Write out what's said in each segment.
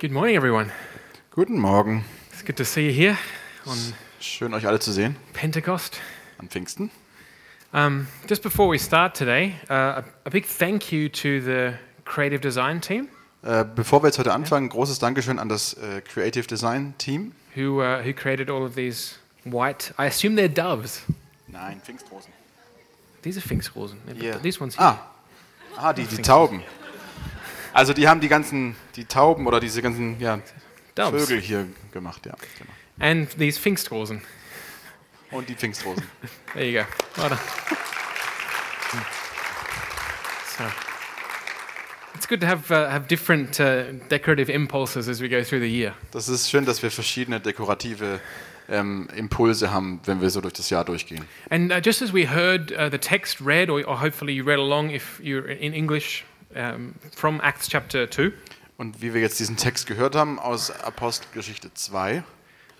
Good morning, everyone. Guten Morgen. It's good to see you here on Schön, euch alle zu sehen Pentecost. an Pfingsten. Um, just before we start today, uh, a, a big thank you to the creative design team Äh, bevor wir jetzt heute anfangen, großes Dankeschön an das äh, Creative Design Team. who, uh, who created all of these white, I assume they're doves. Nein, Pfingstrosen. These are Pfingstrosen. Yeah. These ones here. Ah, ah die, die Tauben. Also die haben die ganzen, die Tauben oder diese ganzen ja, doves. Vögel hier gemacht. Ja, genau. And these Pfingstrosen. Und die Pfingstrosen. There you go. Well done. So, it's good to have, uh, have different uh, decorative impulses as we go through the year. Das ist schön, dass wir verschiedene dekorative ähm, Impulse haben, wenn wir so durch das Jahr durchgehen. And uh, just as we heard uh, the text read, or, or hopefully you read along if you're in English um, from Acts chapter 2, Und wie wir jetzt diesen Text gehört haben aus Apostelgeschichte 2,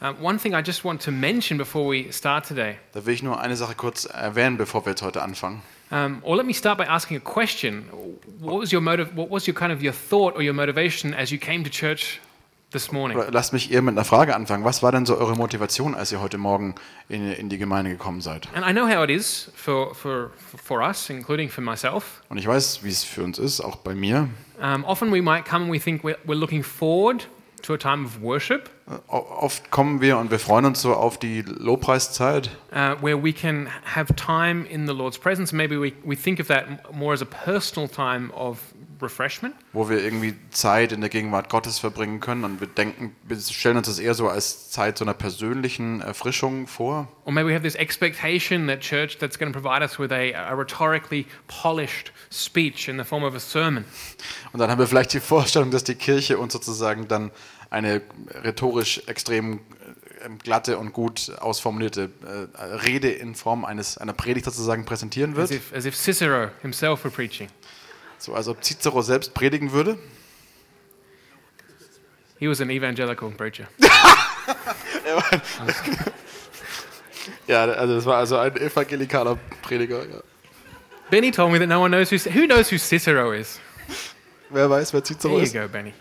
um, one thing I just want to mention before we start today, da will ich nur eine Sache kurz erwähnen, bevor wir jetzt heute anfangen. um, or let me start by asking a question. What was your motive, what was your kind of your thought or your motivation as you came to church this morning? Oder Lasst mich eher mit einer Frage anfangen. Was war denn so eure Motivation, als ihr heute Morgen in, in die Gemeinde gekommen seid? And I know how it is for, for, for us, including for myself. Und ich weiß, wie es für uns ist, auch bei mir. Um, often we might come and we think we're, we're looking forward to a time of worship Äh, o- Oft kommen wir und wir freuen uns so auf die Lobpreiszeit, uh, where we can have time in the Lord's presence. Maybe we, we think of that m- more as a personal time of refreshment. wo wir irgendwie Zeit in der Gegenwart Gottes verbringen können. Und wir denken, wir stellen uns das eher so als Zeit so einer persönlichen Erfrischung vor. Or maybe we have this expectation that church that's going to provide us with a, a rhetorically polished speech in the form of a sermon. Und dann haben wir vielleicht die Vorstellung, dass die Kirche uns sozusagen dann eine rhetorisch extrem äh, glatte und gut ausformulierte äh, Rede in Form eines einer Predigt sozusagen präsentieren As wird. if, as if Cicero himself were preaching. So als ob Cicero selbst predigen würde. He was an evangelical preacher. Ja, also das war also ein evangelikaler Prediger. Ja. Benny told me that no one knows who, Ci- who knows who Cicero is. Wer weiß, wer Cicero There you ist? go, Benny.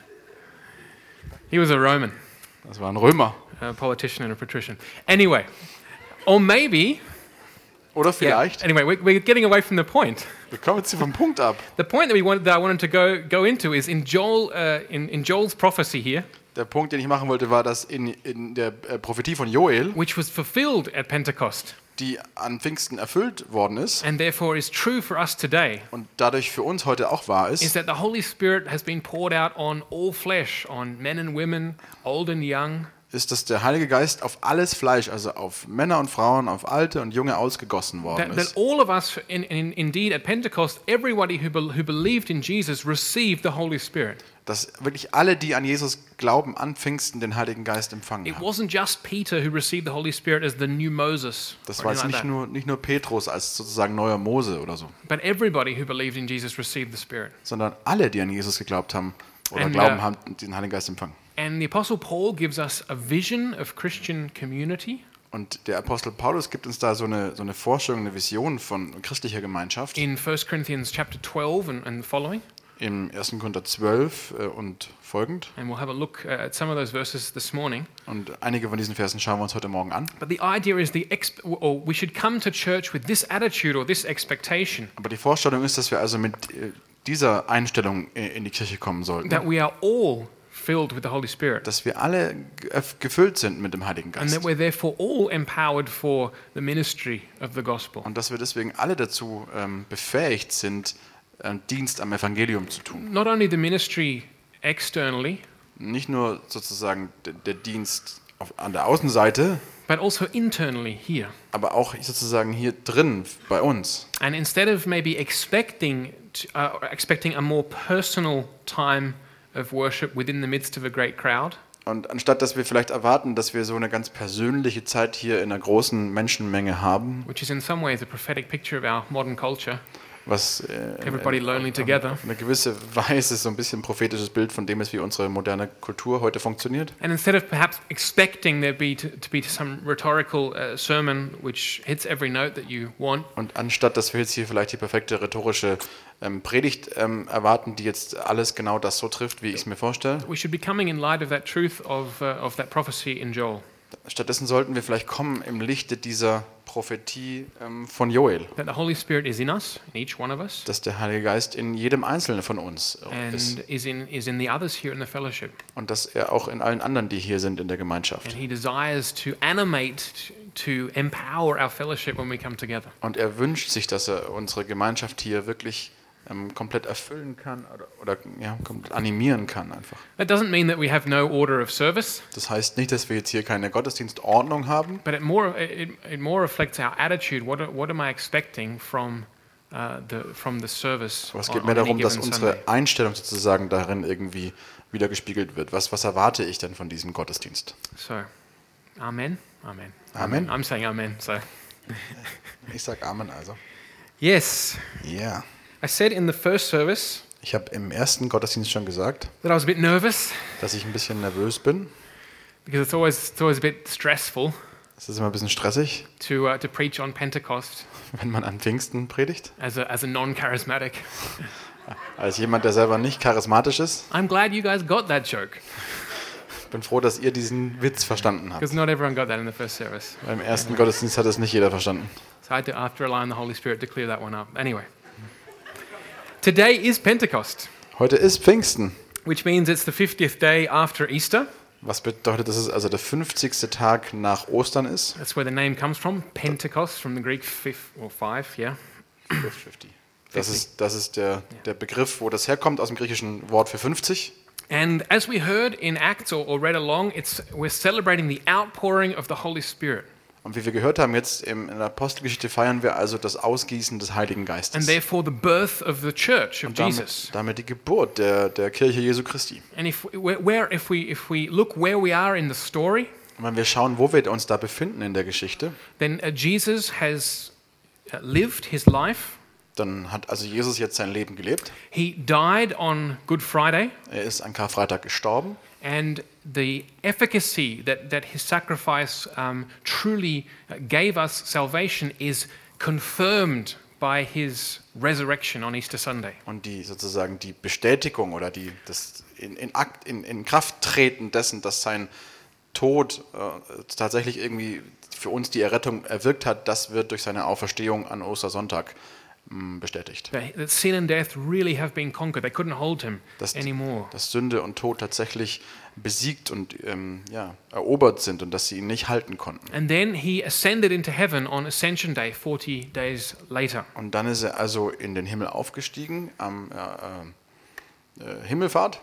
He was a Roman, Das war ein Römer. a politician and a patrician. Anyway, or maybe. Oder yeah, vielleicht. Anyway, we're, we're getting away from the point. Wir kommen jetzt hier vom Punkt ab. The point that we wanted, that I wanted to go go into is in Joel uh, in, in Joel's prophecy here, Der Punkt, den ich machen wollte, war, dass in, in der äh, Prophetie von Joel, which was fulfilled at Pentecost, die an Pfingsten erfüllt worden ist and therefore is true for us today, und dadurch für uns heute auch wahr ist, is that the Holy Spirit has been poured out on all flesh, on men and women, old and young, ist, dass der Heilige Geist auf alles Fleisch, also auf Männer und Frauen, auf Alte und Junge ausgegossen worden that, that ist. all of us, in, in, indeed at Pentecost, everybody who, bel who believed in Jesus received the Holy Spirit. Dass wirklich alle, die an Jesus glauben, an Pfingsten den Heiligen Geist empfangen It haben. wasn't just Peter who received the Holy Spirit as the new Moses, Das or war jetzt anything nicht like nur, nicht nur Petrus als sozusagen neuer Mose oder so, that, but everybody who believed in Jesus received the Spirit. sondern alle, die an Jesus geglaubt haben oder And, glauben, uh, haben den Heiligen Geist empfangen. And the Apostle Paul gives us a vision of Christian community Und der Apostel Paulus gibt uns da so eine, so eine Vorstellung, eine Vision von christlicher Gemeinschaft in 1 Corinthians chapter 12 and, and the following. im 1. Korinther 12 äh, und folgend. And we'll have a look uh, at some of those verses this morning. Und einige von diesen Versen schauen wir uns heute Morgen an. But the idea is the exp- or we should come to church with this attitude or this expectation Aber die Vorstellung ist, dass wir also mit äh, dieser Einstellung äh, in die Kirche kommen sollten, that we are all filled with the Holy Spirit dass wir alle ge- äh, gefüllt sind mit dem Heiligen and Geist that we're therefore all empowered for the ministry of the gospel. und dass wir deswegen alle dazu ähm, befähigt sind, ähm, Dienst am Evangelium zu tun. Not only the ministry externally, Nicht nur sozusagen d- der Dienst auf, an der Außenseite, but also internally here. aber auch sozusagen hier drin bei uns. And instead of maybe expecting to, uh, expecting a more personal time of worship within the midst of a great crowd, Und anstatt dass wir vielleicht erwarten, dass wir so eine ganz persönliche Zeit hier in einer großen Menschenmenge haben, which is in some ways a prophetic picture of our modern culture, was äh, Everybody lonely together. eine gewisse Weise so ein bisschen ein prophetisches Bild von dem ist, wie unsere moderne Kultur heute funktioniert. And instead of perhaps expecting there be to, to be some rhetorical uh, sermon which hits every note that you want, Und anstatt, dass wir jetzt hier vielleicht die perfekte rhetorische ähm, Predigt ähm, erwarten, die jetzt alles genau das so trifft, wie ich es mir vorstelle, we should be coming in light of that truth of, uh, of that prophecy in Joel. stattdessen sollten wir vielleicht kommen im Lichte dieser Prophetie ähm, von Joel, That the Holy Spirit is in us, in each one of us, dass der Heilige Geist in jedem Einzelnen von uns ist and is in, is in the others here in the fellowship. und dass er auch in allen anderen, die hier sind in der And Gemeinschaft. He desires to animate, to empower our fellowship when we come together. Und er wünscht sich, dass er unsere Gemeinschaft hier wirklich ähm, komplett erfüllen kann oder, oder ja, komplett animieren kann einfach. That doesn't mean that we have no order of service, Das heißt nicht, dass wir jetzt hier keine Gottesdienstordnung haben, but it more it, it more reflects our attitude. What what am I expecting from uh, the from the service? Aber es on- geht on mehr any darum, dass given unsere Sunday? Einstellung sozusagen darin irgendwie wieder gespiegelt wird. Was, was erwarte ich denn von diesem Gottesdienst? So, amen, amen, Amen. I'm saying amen. So, Ich sage Amen also. yes, Ja. I said in the first service Ich habe im ersten Gottesdienst schon gesagt, that I was a bit nervous dass ich ein bisschen nervös bin. because it's always it's always a bit stressful Es ist immer ein bisschen stressig, to uh, to preach on Pentecost wenn man an Pfingsten predigt. as a as a non-charismatic. Als jemand, der selber nicht charismatisch ist, I'm glad you guys got that joke bin froh, dass ihr diesen Witz verstanden habt. because not everyone got that in the first service. Beim ersten Gottesdienst hat es nicht jeder verstanden. So I had to, I have to rely on the Holy Spirit to clear that one up. Anyway, today is Pentecost, Heute ist Pfingsten. which means it's the 50th day after Easter. Was bedeutet, dass es also der 50. Tag nach Ostern ist? That's where the name comes from. Pentecost from the Greek fifth or five, yeah. Das ist, das ist der, der Begriff, wo das herkommt, aus dem griechischen Wort für 50. And as we heard in Acts or, or read along, it's we're celebrating the outpouring of the Holy Spirit. Und wie wir gehört haben, jetzt im, in der Apostelgeschichte feiern wir also das Ausgießen des Heiligen And Geistes. therefore the birth of the church of Jesus. Damit, damit die Geburt der, der Kirche Jesu Christi. And if we- where, where if we if we look where we are in the story, Und wenn wir schauen, wo wir uns da befinden in der Geschichte, then uh, Jesus has uh, lived his life. dann hat also Jesus jetzt sein Leben gelebt. He died on Good Friday. Er ist an Karfreitag gestorben. And the efficacy that, that his sacrifice um, truly gave us salvation is confirmed by his resurrection on Easter Sunday. Und die sozusagen die Bestätigung oder die, das in, in, Akt, in, in Kraft treten dessen, dass sein Tod äh, tatsächlich irgendwie für uns die Errettung erwirkt hat, das wird durch seine Auferstehung an Ostersonntag mh, bestätigt. That, that sin and death really have been conquered. They couldn't hold him Dass, anymore. dass Sünde und Tod tatsächlich besiegt und ähm, ja, erobert sind und dass sie ihn nicht halten konnten. And then he ascended into heaven on Ascension Day, 40 days later. Und dann ist er also in den Himmel aufgestiegen, am äh, äh, äh, Himmelfahrt.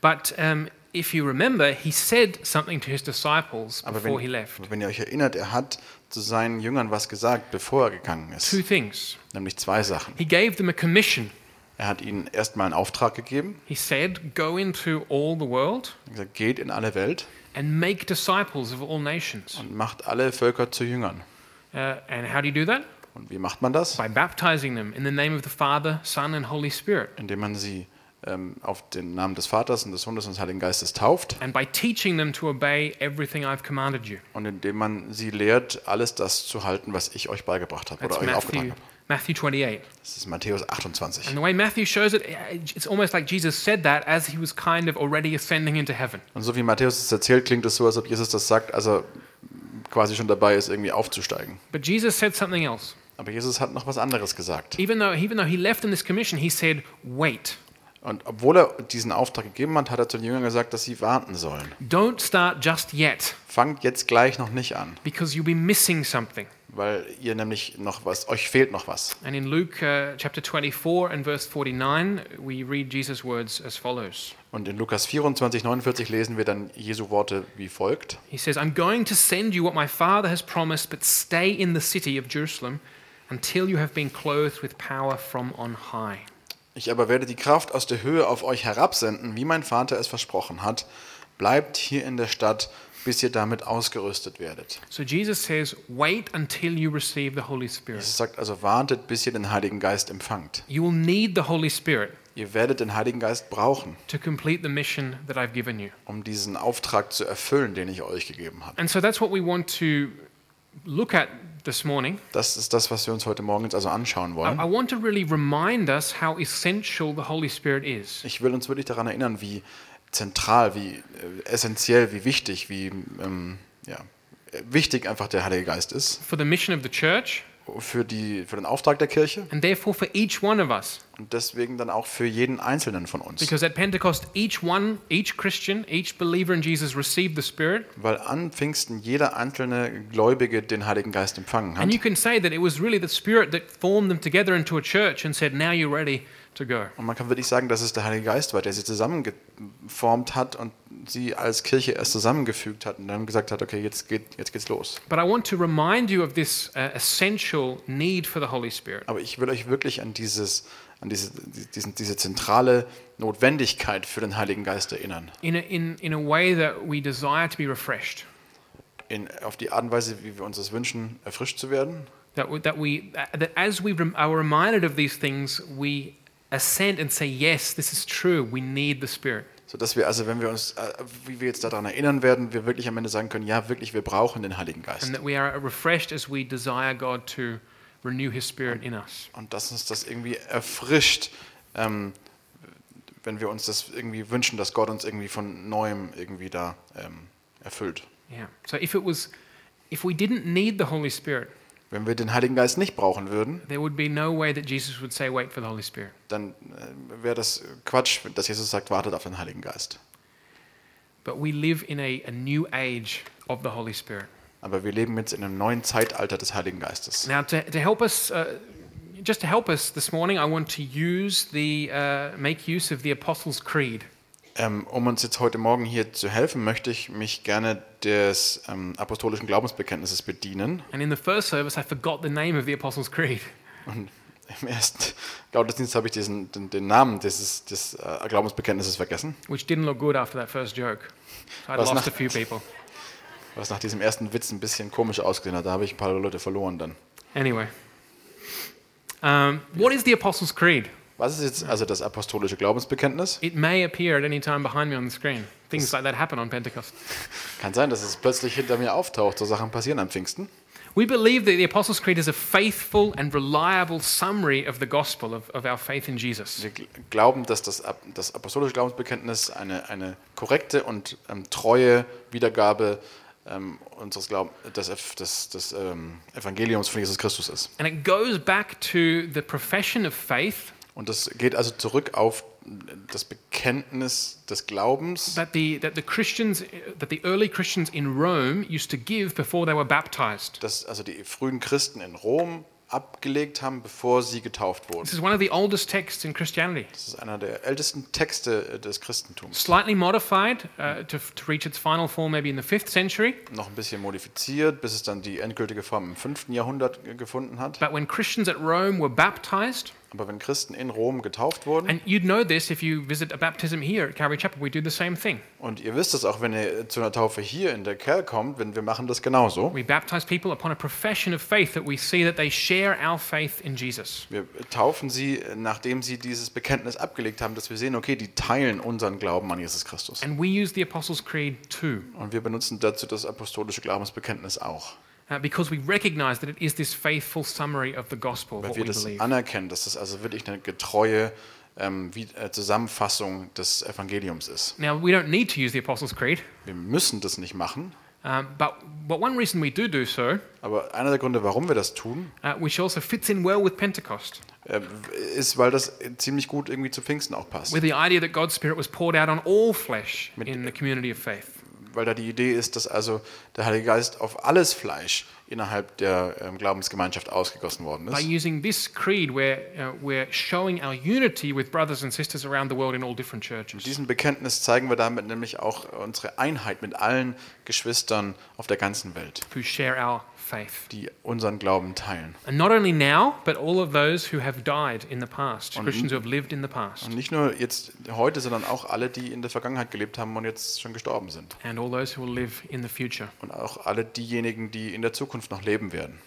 But um, if you remember, he said something to his disciples Aber before he wenn, left. wenn ihr euch erinnert, er hat zu seinen Jüngern was gesagt, bevor er gegangen ist. Two things. Nämlich zwei Sachen. He gave them a commission. Er hat ihnen erstmal einen Auftrag gegeben. He said, Go into all the world. Er hat gesagt, geht in alle Welt and make disciples of all nations. und macht alle Völker zu Jüngern. Uh, and how do you do that? Und wie macht man das? By baptizing them in the name of the Father, Son, and Holy Spirit, Indem man sie ähm, auf den Namen des Vaters und des Hundes und des Heiligen Geistes tauft and by teaching them to obey everything I've commanded you. und indem man sie lehrt, alles das zu halten, was ich euch beigebracht habe That's oder euch aufgetragen Matthew, habe. Matthew 28. Das ist Matthäus And 28. the way Matthew shows it, it's almost like Jesus said that as he was kind of already ascending into heaven. Und so wie Matthäus es erzählt, klingt es so, als ob Jesus das sagt, als er quasi schon dabei ist, irgendwie aufzusteigen. But Jesus said something else. Aber Jesus hat noch was anderes gesagt. Even though, even though he left in this commission, he said, Wait, Und obwohl er diesen Auftrag gegeben hat, hat er zu den Jüngern gesagt, dass sie warten sollen. don't start just yet, Fangt jetzt gleich noch nicht an, because you'll be missing something. weil ihr nämlich noch was, euch fehlt noch was. And in Luke uh, chapter 24 and verse 49, we read Jesus' words as follows Und in Lukas 24, 49 lesen wir dann Jesu Worte wie folgt. He says, I'm going to send you what my Father has promised, but stay in the city of Jerusalem until you have been clothed with power from on high. Ich aber werde die Kraft aus der Höhe auf euch herabsenden, wie mein Vater es versprochen hat. Bleibt hier in der Stadt, bis ihr damit ausgerüstet werdet. So Jesus says, wait until you receive the Holy Spirit. Jesus sagt also, wartet, bis ihr den Heiligen Geist empfangt. You will need the Holy Spirit Ihr werdet den Heiligen Geist brauchen, to complete the mission that I've given you. um diesen Auftrag zu erfüllen, den ich euch gegeben habe. And so that's what we want to look at this morning. Das ist das, was wir uns heute Morgen jetzt also anschauen I- wollen. I want to really remind us how essential the Holy Spirit is. Ich will uns wirklich daran erinnern, wie zentral, wie äh, essentiell, wie wichtig, wie ähm, ja, äh, wichtig einfach der Heilige Geist ist For the mission of the church, für, die, für den Auftrag der Kirche and therefore for each one of us. und deswegen dann auch für jeden Einzelnen von uns. Because at Pentecost, each one, each Christian, each believer in Jesus received the Spirit. Weil an Pfingsten jeder einzelne Gläubige den Heiligen Geist empfangen And hat. you can say that it was really the Spirit that formed them together into a church and said, now you're ready to go. Und man kann wirklich sagen, dass es der Heilige Geist war, der sie zusammengeformt hat und sie als Kirche erst zusammengefügt hat und dann gesagt hat, okay, jetzt, geht, jetzt geht's los. But I want to remind you of this uh, essential need for the Holy Spirit. Aber ich will euch wirklich an, dieses, an diese, diesen, diese zentrale Notwendigkeit für den Heiligen Geist erinnern. In a, in, in a way that we desire to be refreshed, In, auf die Art und Weise, wie wir uns das wünschen, erfrischt zu werden. that, we, that, we, uh, that as we rem- are reminded of these things, we assent and say, yes, this is true, we need the Spirit. Sodass wir also, wenn wir uns, äh, wie wir jetzt daran erinnern werden, wir wirklich am Ende sagen können, ja, wirklich, wir brauchen den Heiligen Geist. and that we are refreshed as we desire God to renew His Spirit in us. Und dass uns das irgendwie erfrischt, ähm, wenn wir uns das irgendwie wünschen, dass Gott uns irgendwie von Neuem irgendwie da ähm, erfüllt. Yeah. So if it was, if we didn't need the Holy Spirit, Wenn wir den Heiligen Geist nicht brauchen würden, there would be no way that Jesus would say, "Wait for the Holy Spirit." dann äh, wäre das Quatsch, dass Jesus sagt, wartet auf den Heiligen Geist. But we live in a, a new age of the Holy Spirit. Aber wir leben jetzt in einem neuen Zeitalter des Heiligen Geistes. Now, to, to help us, uh, just to help us this morning, I want to use the uh, make use of the Apostles' Creed. Ähm, um uns jetzt heute Morgen hier zu helfen, möchte ich mich gerne des ähm, apostolischen Glaubensbekenntnisses bedienen. And in the first service, I forgot the name of the Apostles' Creed. Und im ersten Gottesdienst habe ich diesen, den, den Namen dieses, des äh, Glaubensbekenntnisses vergessen, Which didn't look good after that first joke. So I Was lost nach- a few people. was nach diesem ersten Witz ein bisschen komisch ausgesehen hat. Da habe ich ein paar Leute verloren dann. Anyway, um, what is the Apostles' Creed? Was ist jetzt also das apostolische Glaubensbekenntnis? It may appear at any time behind me on the screen. Things like that happen on Pentecost. Kann sein, dass es plötzlich hinter mir auftaucht. So Sachen passieren am Pfingsten. We believe that the Apostles' Creed is a faithful and reliable summary of the gospel, of, of our faith in Jesus. Wir gl- glauben, dass das, Ap- das apostolische Glaubensbekenntnis eine, eine korrekte und ähm, treue Wiedergabe ähm, unseres Glaub des, Ev- des, des ähm, Evangeliums von Jesus Christus ist. And it goes back to the profession of faith Und das geht also zurück auf äh, das Bekenntnis des Glaubens, that the, that the Christians, that the early Christians in Rome used to give before they were baptized. das also die frühen Christen in Rom abgelegt haben, bevor sie getauft wurden. This is one of the oldest texts in Christianity, Das ist einer der ältesten Texte äh, des Christentums. slightly modified uh, to, to reach its final form maybe in the fifth century. Noch ein bisschen modifiziert, bis es dann die endgültige Form im 5. Jahrhundert äh, gefunden hat. But when Christians at Rome were baptized, Aber wenn Christen in Rom getauft wurden, and you'd know this if you visit a baptism here at Calvary Chapel, we do the same thing. Und ihr wisst es auch, wenn ihr zu einer Taufe hier in der Kerl kommt, wenn wir machen das genauso. We baptize people upon a profession of faith that we see that they share our faith in Jesus. Wir taufen sie, nachdem sie dieses Bekenntnis abgelegt haben, dass wir sehen, okay, die teilen unseren Glauben an Jesus Christus. And we use the Apostles' Creed too, Und wir benutzen dazu das apostolische Glaubensbekenntnis auch, uh, because we recognize that it is this faithful summary of the gospel, of weil what wir we das believe. anerkennen, dass das also wirklich eine getreue ähm, wie, äh, Zusammenfassung des Evangeliums ist. Now, we don't need to use the Apostles' Creed, Wir müssen das nicht machen, um, but, but one reason we do do so, aber einer der Gründe, warum wir das tun, uh, which also fits in well with Pentecost, äh, ist, weil das ziemlich gut irgendwie zu Pfingsten auch passt. with the idea that God's Spirit was poured out on all flesh in the community of faith. weil da die Idee ist, dass also der Heilige Geist auf alles Fleisch innerhalb der ähm, Glaubensgemeinschaft ausgegossen worden By ist. using this creed, we're, uh, we're showing our unity with brothers and sisters around the world in all different Mit churches. diesem Bekenntnis zeigen wir damit nämlich auch unsere Einheit mit allen Geschwistern auf der ganzen Welt, who share our faith. die unseren Glauben teilen. And not only now, but all of those who have died in the past, Christians who have lived in the past, Und nicht nur jetzt heute, sondern auch alle, die in der Vergangenheit gelebt haben und jetzt schon gestorben sind. and all those who will live in the future, Und auch alle diejenigen, die in der Zukunft noch leben werden.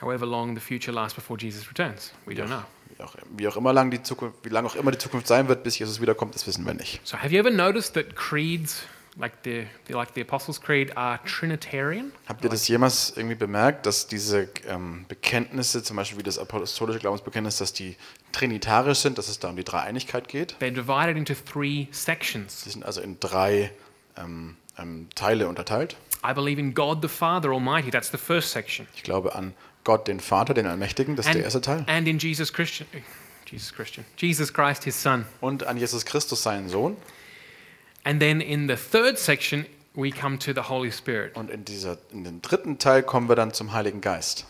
however long the future lasts before Jesus returns. We don't know. Wie auch, wie auch immer lang die Zukunft, wie lang auch immer die Zukunft sein wird, bis Jesus wiederkommt, das wissen wir nicht. So, have you ever noticed that creeds, like the, like the Apostles' Creed, are Trinitarian? Habt ihr das jemals irgendwie bemerkt, dass diese ähm, Bekenntnisse, zum Beispiel wie das apostolische Glaubensbekenntnis, dass die trinitarisch sind, dass es da um die Dreieinigkeit geht? They're divided into three sections. Die sind also in drei ähm, ähm, Teile unterteilt. I believe in God the Father Almighty. That's the first section. Ich glaube an Gott, den Vater, den Allmächtigen, das ist der erste Teil. and in Jesus Christian, Jesus Christian, Jesus Christ, His Son. Und an Jesus Christus, seinen Sohn. And then in the third section, we come to the Holy Spirit. Und in, dieser, in den dritten Teil kommen wir dann zum Heiligen Geist.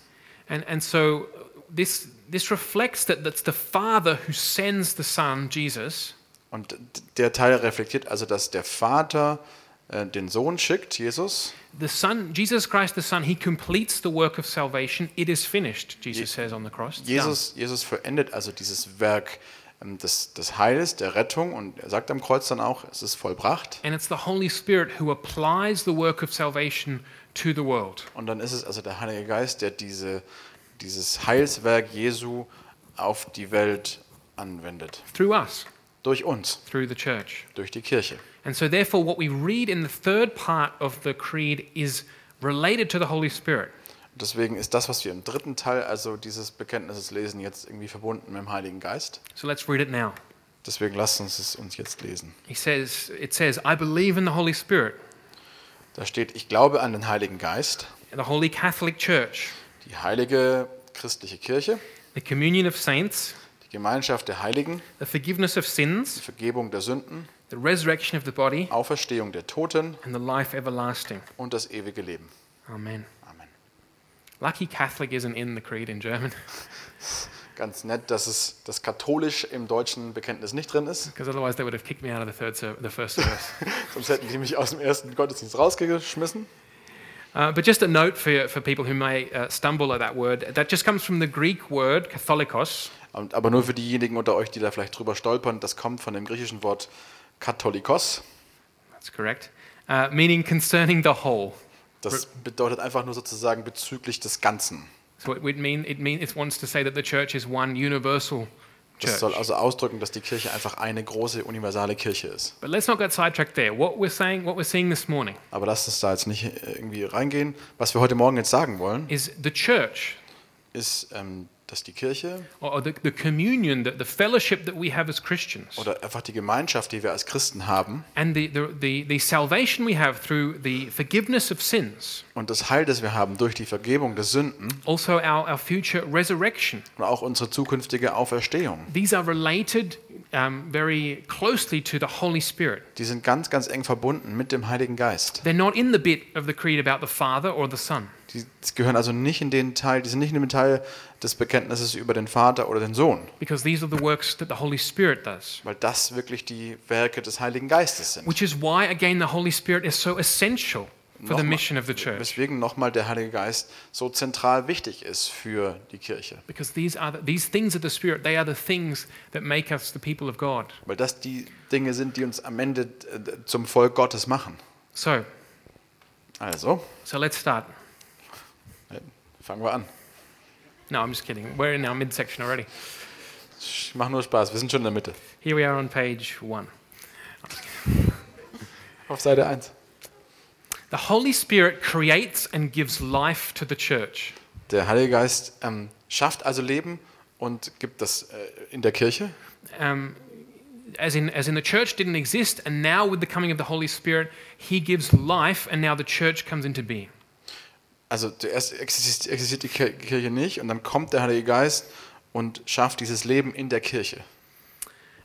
And, and so this, this reflects that that's the Father who sends the Son, Jesus, Und d- der Teil reflektiert also, dass der Vater äh, den Sohn schickt, Jesus. the Son, Jesus Christ the Son, he completes the work of salvation. It is finished, Jesus says on the cross. It's done. Jesus, Jesus verendet also dieses Werk ähm, des, des Heils, der Rettung. Und er sagt am Kreuz dann auch, es ist vollbracht. And it's the Holy Spirit who applies the work of salvation to the world. Und dann ist es also der Heilige Geist, der diese, dieses Heilswerk Jesu auf die Welt anwendet. through us, Durch uns, through the church. durch die Kirche. And so, therefore, what we read in the third part of the Creed is related to the Holy Spirit. Und Deswegen ist das, was wir im dritten Teil, also dieses Bekenntnisses lesen, jetzt irgendwie verbunden mit dem Heiligen Geist. So let's read it now. Deswegen lasst uns es uns jetzt lesen. He says, It says, I believe in the Holy Spirit, Da steht, ich glaube an den Heiligen Geist, the Holy Catholic Church, die heilige christliche Kirche, the communion of saints, die Gemeinschaft der Heiligen, the forgiveness of die sins, Vergebung der Sünden, the resurrection of the body, Auferstehung der Toten and the life everlasting. und das ewige Leben. Amen. Amen. Lucky Catholic isn't in the Creed in German Ganz nett, dass es das katholisch im deutschen Bekenntnis nicht drin ist. because otherwise they would have kicked me out of the, third ser- the first service. Sonst hätten die mich aus dem ersten Gottesdienst rausgeschmissen. Uh, but just a note for, for people who may uh, stumble at that word that just comes from the Greek word katholikos, Und, aber nur für diejenigen unter euch, die da vielleicht drüber stolpern, das kommt von dem griechischen Wort katholikos. that's correct, uh, meaning concerning the whole. Das bedeutet einfach nur sozusagen bezüglich des Ganzen. So it would mean it mean it wants to say that the church is one universal Das church. soll also ausdrücken, dass die Kirche einfach eine große universale Kirche ist. But let's not get sidetracked there. What we're saying, what we're seeing this morning, Aber lasst uns da jetzt nicht äh, irgendwie reingehen. Was wir heute Morgen jetzt sagen wollen, is the church ist, ähm, dass die Kirche or, or the, the communion, the, the fellowship that we have as Christians, oder einfach die Gemeinschaft, die wir als Christen haben and the, the, the, the salvation we have through the forgiveness of sins, und das Heil, das wir haben durch die Vergebung der Sünden also our, our future resurrection. und auch unsere zukünftige Auferstehung, These are related um, very closely to the Holy Spirit. die sind ganz, ganz eng verbunden mit dem Heiligen Geist. They're not in the bit of the creed about the Father or the Son. Die gehören also nicht in den Teil, die sind nicht in dem Teil des Bekenntnisses über den Vater oder den Sohn, because these are the works that the Holy Spirit does. weil das wirklich die Werke des Heiligen Geistes sind. Which is why, again, the Holy Spirit is so essential for the Nochmal- mission of the church. Weswegen nochmal der Heilige Geist so zentral wichtig ist für die Kirche. Because these, are the, these things of the Spirit, they are the things that make us the people of God. Weil das die Dinge sind, die uns am Ende äh, zum Volk Gottes machen. So, Also, so let's start. äh, fangen wir an. No, I'm just kidding. We're in our midsection already. Ich mache nur Spaß, wir sind schon in der Mitte. Here we are on page one. Auf Seite 1. The Holy Spirit creates and gives life to the church. Der Heilige Geist ähm, schafft also Leben und gibt das äh, in der Kirche. Um, as in, as in the church didn't exist, and now with the coming of the Holy Spirit, He gives life, and now the church comes into being. Also zuerst existiert, existiert die Kir- Kirche nicht und dann kommt der Heilige Geist und schafft dieses Leben in der Kirche.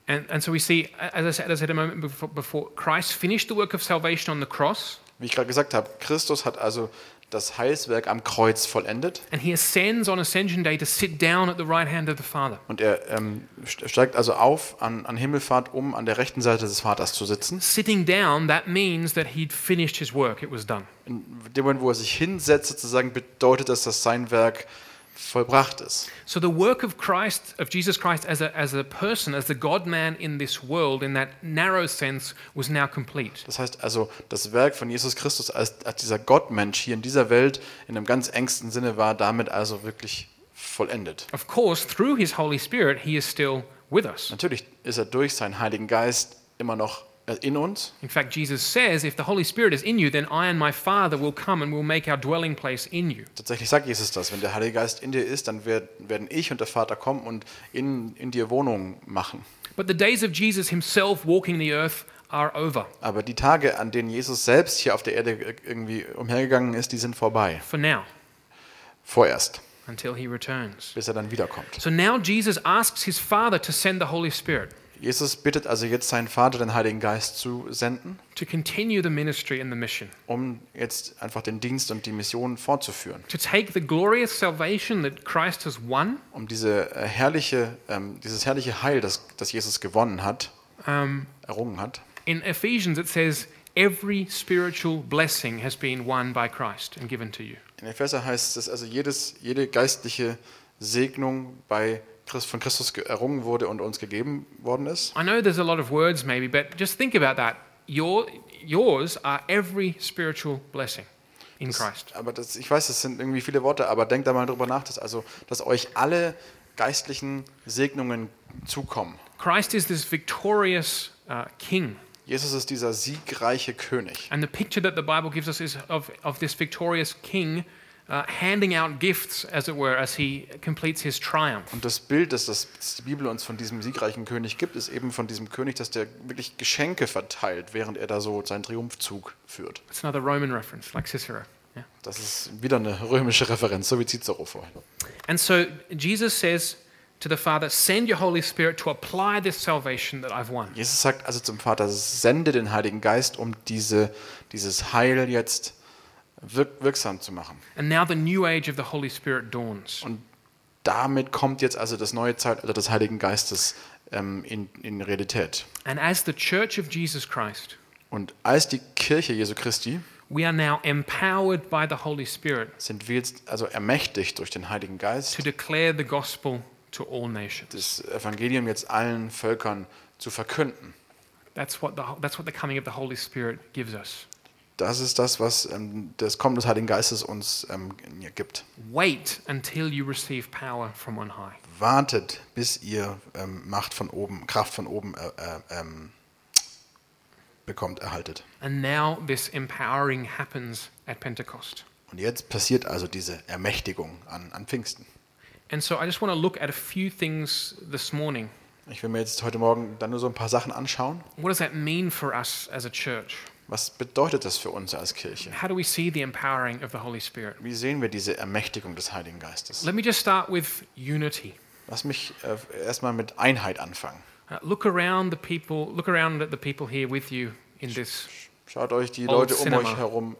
And, and so we see, as I, said, as I said a moment before, before, Christ finished the work of salvation on the cross, Wie ich gerade gesagt habe, Christus hat also das Heilswerk am Kreuz vollendet And he ascends on Ascension Day to sit down at the right hand of the Father. und er ähm, st- steigt also auf an, an Himmelfahrt, um an der rechten Seite des Vaters zu sitzen. Sitting down, that means that he'd finished his work, it was done. In dem Moment, wo er sich hinsetzt, sozusagen bedeutet das, dass sein Werk vollbracht ist. So the work of Christ, of Jesus Christ as a, as a person, as the God man in this world, in that narrow sense, was now complete. Das heißt also, das Werk von Jesus Christus als, als dieser Gottmensch hier in dieser Welt in einem ganz engsten Sinne war damit also wirklich vollendet. Of course, through his Holy Spirit, he is still with us. Natürlich ist er durch seinen Heiligen Geist immer noch äh, in uns. In fact, Jesus says, If the Holy Spirit is in you, then I and my Father will come and will make our dwelling place in you. Tatsächlich sagt Jesus das, wenn der Heilige Geist in dir ist, dann werd, werden ich und der Vater kommen und in, in dir Wohnungen machen. But the days of Jesus himself walking the earth are over Aber die Tage, an denen Jesus selbst hier auf der Erde äh, irgendwie umhergegangen ist, die sind vorbei. for now Vorerst, until he returns. bis er dann wiederkommt. So now Jesus asks his Father to send the Holy Spirit Jesus bittet also jetzt seinen Vater, den Heiligen Geist zu senden. to continue the ministry and the mission, um jetzt einfach den Dienst und die Mission fortzuführen, to take the glorious salvation that Christ has won um diese äh, herrliche, ähm, dieses herrliche Heil, das, das Jesus gewonnen hat, Um, errungen hat. In Ephesians, it says, Every spiritual blessing has been won by Christ and given to you. In Epheser heißt es, also jedes, jede geistliche Segnung bei Christ, von Christus ge- errungen wurde und uns gegeben worden ist. I know there's a lot of words, maybe, but just think about that. Your, yours are every spiritual blessing in Christ. Aber das, ich weiß, das sind irgendwie viele Worte, aber denkt da mal drüber nach, dass also, dass euch alle geistlichen Segnungen zukommen. Christ is this victorious uh, king. Jesus ist dieser siegreiche König. And the picture that the Bible gives us is of, of this victorious king uh, handing out gifts, as it were, as he completes his triumph. Und das Bild, das, das das die Bibel uns von diesem siegreichen König gibt, ist eben von diesem König, dass der wirklich Geschenke verteilt, während er da so seinen Triumphzug führt. It's another Roman reference, like Cicero. Yeah. Das ist wieder eine römische Referenz, so wie Cicero vorhin. And so Jesus says to the Father, Send your Holy Spirit to apply this salvation that I've won. Jesus sagt also zum Vater, sende den Heiligen Geist, um diese, dieses Heil jetzt wirk wirksam zu machen. And now the new age of the Holy Spirit dawns. Und damit kommt jetzt also das neue Zeitalter des Heiligen Geistes ähm, in, in Realität. And as the church of Jesus Christ, Und als die Kirche Jesu Christi we are now empowered by the Holy Spirit sind wir jetzt also ermächtigt durch den Heiligen Geist, to declare the gospel to all nations. das Evangelium jetzt allen Völkern zu verkünden. That's what the, that's what the coming of the Holy Spirit gives us. Das ist das, was ähm, das Kommen des Heiligen Geistes uns ähm, gibt. Wait until you receive power from on high. Wartet, bis ihr ähm, Macht von oben, Kraft von oben äh, äh, ähm, bekommt, erhaltet. And now this empowering happens at Pentecost. Und jetzt passiert also diese Ermächtigung an, an Pfingsten. And so I just want to look at a few things this morning Ich will mir jetzt heute Morgen dann nur so ein paar Sachen anschauen. What does that mean for us as a church? Was bedeutet das für uns als Kirche? How do we see the empowering of the Holy Spirit? Wie sehen wir diese Ermächtigung des Heiligen Geistes? Let me just start with unity. Lass mich äh, erstmal mit Einheit anfangen. Uh, look around the people, look around at the people here with you in this. Schaut euch die Old Leute um Cinema. euch herum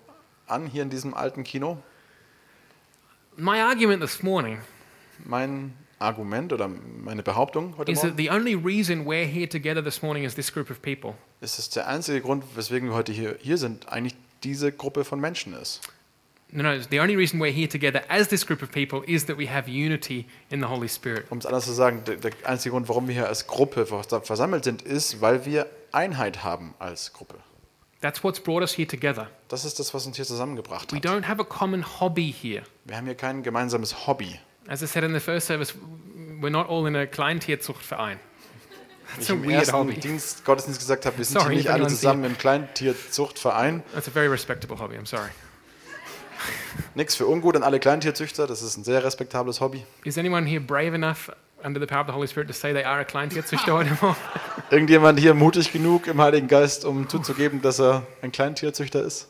an, hier in diesem alten Kino. My argument this morning Mein Argument oder meine Behauptung heute is that Morgen the only reason we're here together this morning is this group of people. ist, dass der einzige Grund, weswegen wir heute hier, hier sind, eigentlich diese Gruppe von Menschen ist. No, no, the only reason we're here together as this group of people is that we have unity in the Holy Spirit. Um es anders zu sagen, der, der einzige Grund, warum wir hier als Gruppe vers- versammelt sind, ist, weil wir Einheit haben als Gruppe. That's what's brought us here together. Das ist das, was uns hier zusammengebracht We hat. don't have a common hobby here. Wir haben hier kein gemeinsames Hobby. As I said in the first service, we're not all in a Kleintierzuchtverein. Wie That's ich a im weird ersten hobby. Dienst, Gottesdienst gesagt habe, wir sind Sorry, hier nicht if alle anyone's zusammen im Kleintierzuchtverein. That's a very respectable hobby, I'm sorry. Nichts für ungut an alle Kleintierzüchter, das ist ein sehr respektables Hobby. Is anyone here brave enough under the power of the Holy Spirit to say they are a Kleintierzüchter anymore? Irgendjemand hier mutig genug im Heiligen Geist, um zuzugeben, dass er ein Kleintierzüchter ist?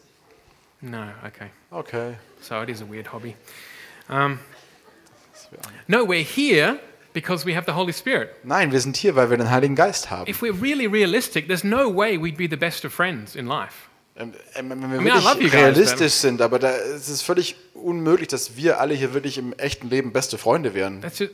No, okay. Okay. So it is a weird hobby. Um, no, we're here because we have the Holy Spirit. Nein, wir sind hier, weil wir den Heiligen Geist haben. If we're really realistic, there's no way we'd be the best of friends in life. Äh, Ähm, ähm, wenn wir mean, I love you wirklich guys, man. realistisch sind, aber da ist es völlig unmöglich, dass wir alle hier wirklich im echten Leben beste Freunde wären. That's it.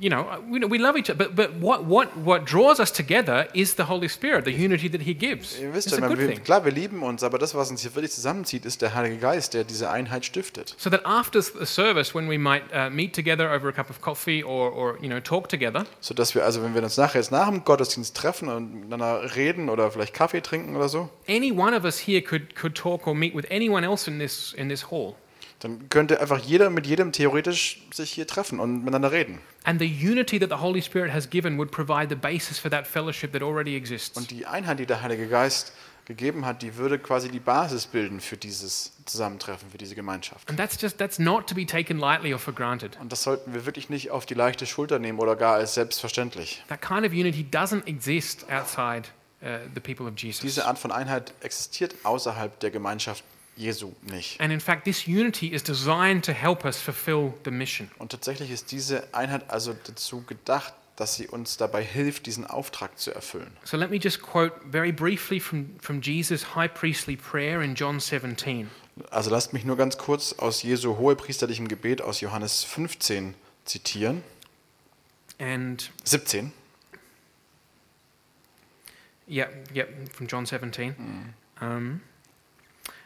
You know, we, we love each other, but, but what, what, what draws us together is the Holy Spirit, the unity that He gives. Ihr wisst It's ja, a man, good wir, thing. klar, wir lieben uns, aber das, was uns hier wirklich zusammenzieht, ist der Heilige Geist, der diese Einheit stiftet. So that after the service, when we might uh, meet together over a cup of coffee or, or you know, talk together, Sodass wir, also wenn wir uns nachher jetzt nach dem Gottesdienst treffen und miteinander reden oder vielleicht Kaffee trinken oder so, any one of us here could, could talk or meet with anyone else in this, in this hall. dann könnte einfach jeder mit jedem theoretisch sich hier treffen und miteinander reden. And the unity that the Holy Spirit has given would provide the basis for that fellowship that already exists. Und die Einheit, die der Heilige Geist gegeben hat, die würde quasi die Basis bilden für dieses Zusammentreffen, für diese Gemeinschaft. And that's just, that's not to be taken lightly or for granted. Und das sollten wir wirklich nicht auf die leichte Schulter nehmen oder gar als selbstverständlich. That kind of unity doesn't exist outside uh, the people of Jesus. Diese Art von Einheit existiert außerhalb der Gemeinschaft Jesu nicht. And in fact, this unity is designed to help us fulfill the mission. Und tatsächlich ist diese Einheit also dazu gedacht, dass sie uns dabei hilft, diesen Auftrag zu erfüllen. So let me just quote very briefly from, from Jesus' high priestly prayer in John 17. Also lasst mich nur ganz kurz aus Jesu hohepriesterlichem Gebet aus Johannes 15 zitieren. And 17. yeah, yeah, from John 17. Um,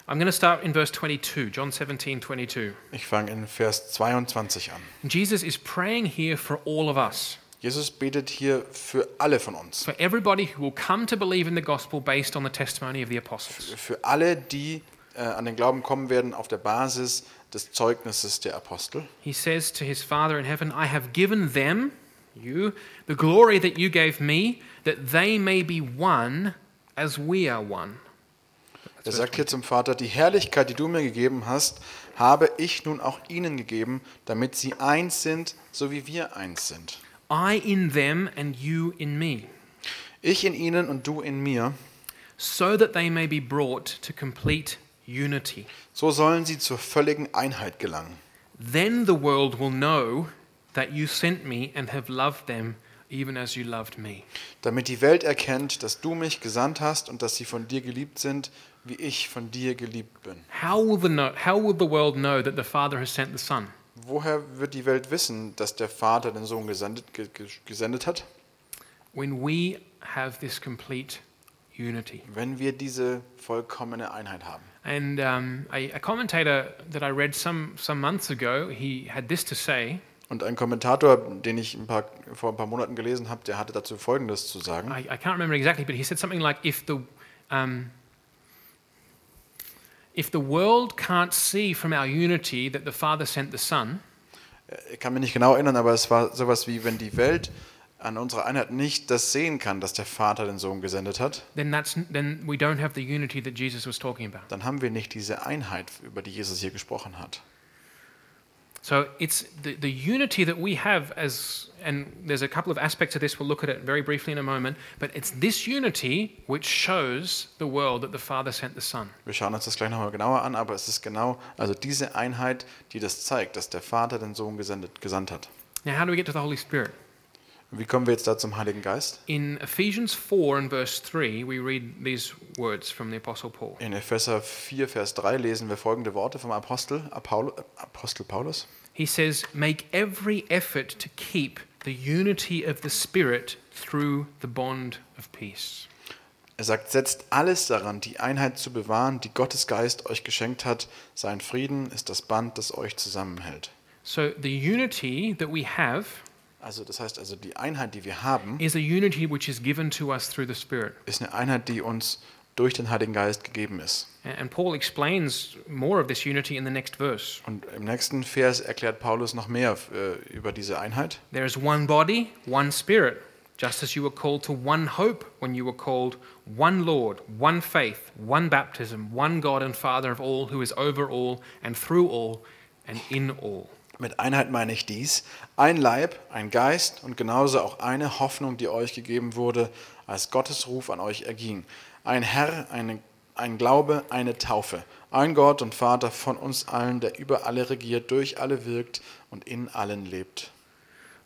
I'm going to start in verse 22, John 17, 22. Ich fange in Vers 22 an. Jesus is praying here for all of us, Jesus betet hier für alle von uns, for everybody who will come to believe in the gospel based on the testimony of the apostles. für alle, die äh, an den Glauben kommen werden auf der Basis des Zeugnisses der Apostel. He says to his Father in heaven, I have given them, you, the glory that you gave me, that they may be one as we are one. Er sagt hier zum Vater, die Herrlichkeit, die du mir gegeben hast, habe ich nun auch ihnen gegeben, damit sie eins sind, so wie wir eins sind. I in them and you in me, Ich in ihnen und du in mir, so that they may be brought to complete unity. so sollen sie zur völligen Einheit gelangen. Then the world will know that you sent me and have loved them even as you loved me. damit die Welt erkennt, dass du mich gesandt hast und dass sie von dir geliebt sind, wie ich von dir geliebt bin. How will the, know, how will the world know that the Father has sent the Son? Woher wird die Welt wissen, dass der Vater den Sohn gesendet, ge, ge- gesendet hat, When we have this complete unity. wenn wir diese vollkommene Einheit haben? And um, a, a commentator that I read some, some months ago, he had this to say. Und ein Kommentator, den ich ein paar, vor ein paar Monaten gelesen habe, der hatte dazu Folgendes zu sagen. I, I can't remember exactly, but he said something like, if the, um, if the world can't see from our unity that the Father sent the Son, Ich kann mich nicht genau erinnern, aber es war sowas wie, wenn die Welt an unserer Einheit nicht das sehen kann, dass der Vater den Sohn gesendet hat, then, that's, then we don't have the unity that Jesus was talking about. dann haben wir nicht diese Einheit, über die Jesus hier gesprochen hat. So it's the, the unity that we have as, and there's a couple of aspects of this, we'll look at it very briefly in a moment, but it's this unity which shows the world that the Father sent the Son. Wir schauen uns das gleich nochmal genauer an, aber es ist genau, also diese Einheit, die das zeigt, dass der Vater den Sohn gesendet, gesandt hat. Now, how do we get to the Holy Spirit? Und Wie kommen wir jetzt da zum Heiligen Geist? In Ephesians 4 and verse 3, we read these words from the Apostle Paul. In Epheser 4, Vers 3 lesen wir folgende Worte vom Apostel, Apaul- Apostel Paulus. He says, Make every effort to keep the unity of the Spirit through the bond of peace. Er sagt, setzt alles daran, die Einheit zu bewahren, die Gottes Geist euch geschenkt hat. Sein Frieden ist das Band, das euch zusammenhält. So, the unity that we have Also das heißt also, die Einheit, die wir haben, is a unity which is given to us through the Spirit. ist eine Einheit, die uns durch den Heiligen Geist gegeben ist. And and Paul explains more of this unity in the next verse. Und im nächsten Vers erklärt Paulus noch mehr äh, über diese Einheit. There is one body, one spirit, just as you were called to one hope when you were called, one Lord, one faith, one baptism, one God and Father of all, who is over all and through all and in all. Mit Einheit meine ich dies. Ein Leib, ein Geist und genauso auch eine Hoffnung, die euch gegeben wurde, als Gottes Ruf an euch erging. Ein Herr, eine, ein Glaube, eine Taufe. Ein Gott und Vater von uns allen, der über alle regiert, durch alle wirkt und in allen lebt.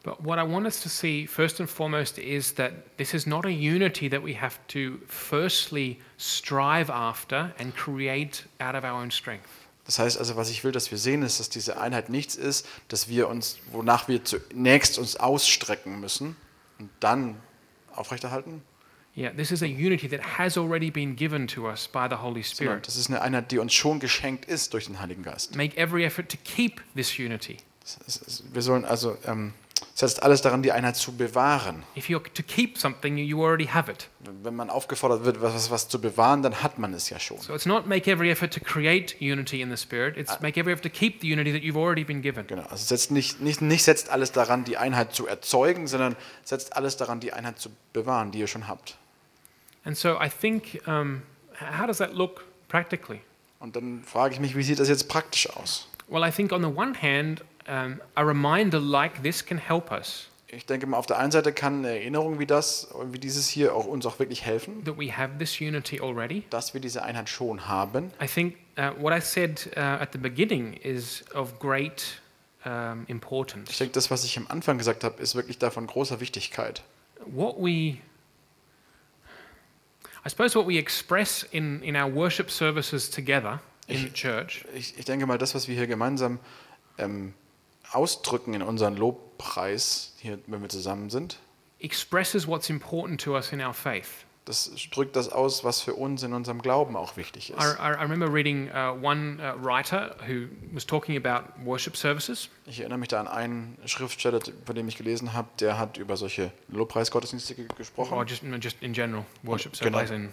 But what I want us to see first and foremost is that this is not a unity that we have to firstly strive after and create out of our own strength. Das heißt also, was ich will, dass wir sehen, ist, dass diese Einheit nichts ist, dass wir uns, wonach wir zunächst uns ausstrecken müssen und dann aufrechterhalten. Yeah, this is a unity that has already been given to us by the Holy Sondern Spirit. Das ist eine Einheit, die uns schon geschenkt ist durch den Heiligen Geist. Make every effort to keep this unity. Das ist- Wir sollen also, ähm, setzt alles daran, die Einheit zu bewahren. If you're to keep something, you already have it. Wenn man aufgefordert wird, was, was zu bewahren, dann hat man es ja schon. So it's not make every effort to create unity in the Spirit, it's make every effort to keep the unity that you've already been given. Genau, also setzt nicht, nicht, nicht setzt alles daran, die Einheit zu erzeugen, sondern setzt alles daran, die Einheit zu bewahren, die ihr schon habt. And so I think, um, h- how does that look practically? Und dann frage ich mich, wie sieht das jetzt praktisch aus? Well, I think on the one hand, um, a reminder like this can help us Ich denke mal, auf der einen Seite kann eine Erinnerung wie das, wie dieses hier auch uns auch wirklich helfen, that we have this unity already. dass wir diese Einheit schon haben. I think uh, what I said uh, at the beginning is of great um, Ich importance. denke, das, was ich am Anfang gesagt habe, ist wirklich da von großer Wichtigkeit. What we, I suppose, what we express in, in our worship services together in the church Ich, ich denke mal, das, was wir hier gemeinsam ähm, ausdrücken in unseren Lobpreis, hier, wenn wir zusammen sind, expresses what's important to us in our faith. das drückt das aus, was für uns in unserem Glauben auch wichtig ist. I, I, I remember reading uh, one uh, writer who was talking about worship services, Ich erinnere mich da an einen Schriftsteller, von dem ich gelesen habe, der hat über solche Lobpreisgottesdienste ge- or gesprochen just, no, just in general, worship Can I- services in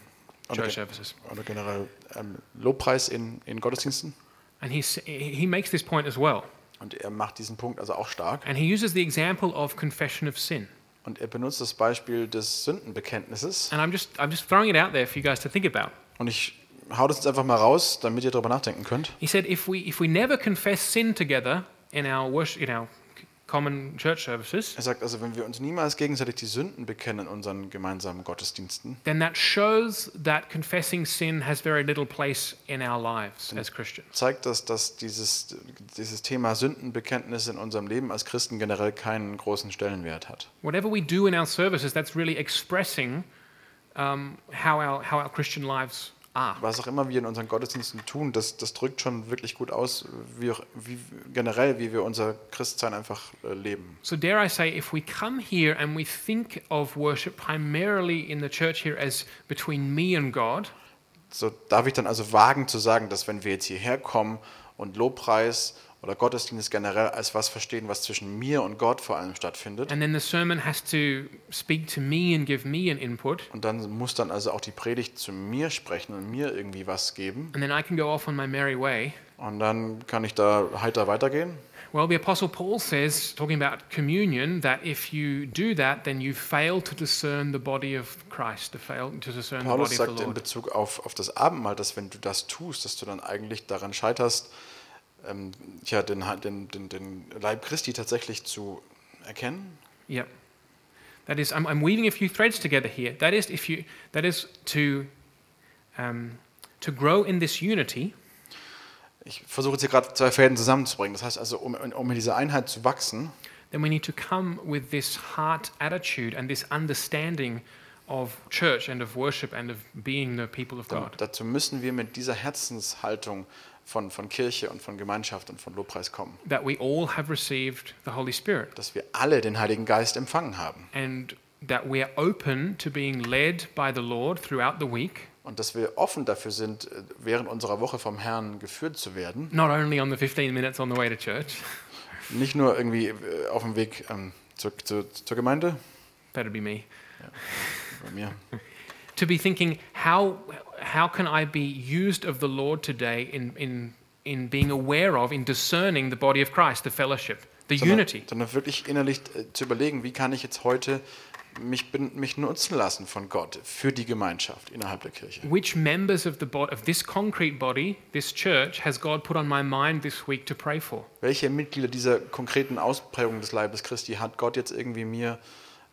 Okay. church services. oder generell ähm, Lobpreis in, in Gottesdiensten. And he, s- he makes this point as well. Und er macht diesen Punkt also auch stark. And he uses the example of confession of sin. Und er benutzt das Beispiel des Sündenbekenntnisses. And I'm just, I'm just throwing it out there for you guys to think about. Und ich hau das jetzt einfach mal raus, damit ihr darüber nachdenken könnt. He said, if we, if we never confess sin together in our, worship, in our c- common church services, Er sagt also, wenn wir uns niemals gegenseitig die Sünden bekennen in unseren gemeinsamen Gottesdiensten, then that shows that confessing sin has very little place in our lives as Christians. zeigt das, dass dieses, dieses Thema Sündenbekenntnis in unserem Leben als Christen generell keinen großen Stellenwert hat. Whatever we do in our services, that's really expressing um, how, our, how our Christian lives are. was auch immer wir in unseren Gottesdiensten tun, das, das drückt schon wirklich gut aus, wie, auch, wie generell, wie wir unser Christsein einfach äh, leben. So, dare I say, if we come here and we think of worship primarily in the church here as between me and God, So darf ich dann also wagen zu sagen, dass wenn wir jetzt hierher kommen und Lobpreis oder Gottesdienst generell als was verstehen, was zwischen mir und Gott vor allem stattfindet. and then the sermon has to speak to me and give me an input, Und dann muss dann also auch die Predigt zu mir sprechen und mir irgendwie was geben. and then I can go off on my merry way. Und dann kann ich da heiter weitergehen. Well, the Apostle Paul says, talking about communion, that if you do that, then you fail to discern the body of Christ, to fail to discern the Paulus body of sagt the in Lord. Bezug auf, auf das Abendmahl, dass wenn du das tust, dass du dann eigentlich daran scheiterst, ähm, ja, den, Ha- den, den, den Leib Christi tatsächlich zu erkennen. Yep. That is, I'm, I'm weaving a few threads together here. That is, if you, that is to, um, to grow in this unity, Ich versuche jetzt hier gerade zwei Fäden zusammenzubringen. Das heißt also, um, um in dieser Einheit zu wachsen, then we need to come with this heart attitude and this understanding of church and of worship and of being the people of dann, God. dazu müssen wir mit dieser Herzenshaltung von, von Kirche und von Gemeinschaft und von Lobpreis kommen. That we all have received the Holy Spirit Dass wir alle den Heiligen Geist empfangen haben and that we are open to being led by the Lord throughout the week, und dass wir offen dafür sind, äh, während unserer Woche vom Herrn geführt zu werden. not only on the 15 minutes on the way to church, Nicht nur irgendwie äh, auf dem Weg ähm, zur, zur, zur Gemeinde, that'd be me. bei mir, to be thinking how how can I be used of the Lord today in in in being aware of, in discerning the body of Christ, the fellowship, the sondern, unity. sondern wirklich innerlich äh, zu überlegen, wie kann ich jetzt heute mich, bin, mich nutzen lassen von Gott für die Gemeinschaft innerhalb der Kirche. Which members of the bo- of this concrete body, this church, has God put on my mind this week to pray for? Welche Mitglieder dieser konkreten Ausprägung des Leibes Christi hat Gott jetzt irgendwie mir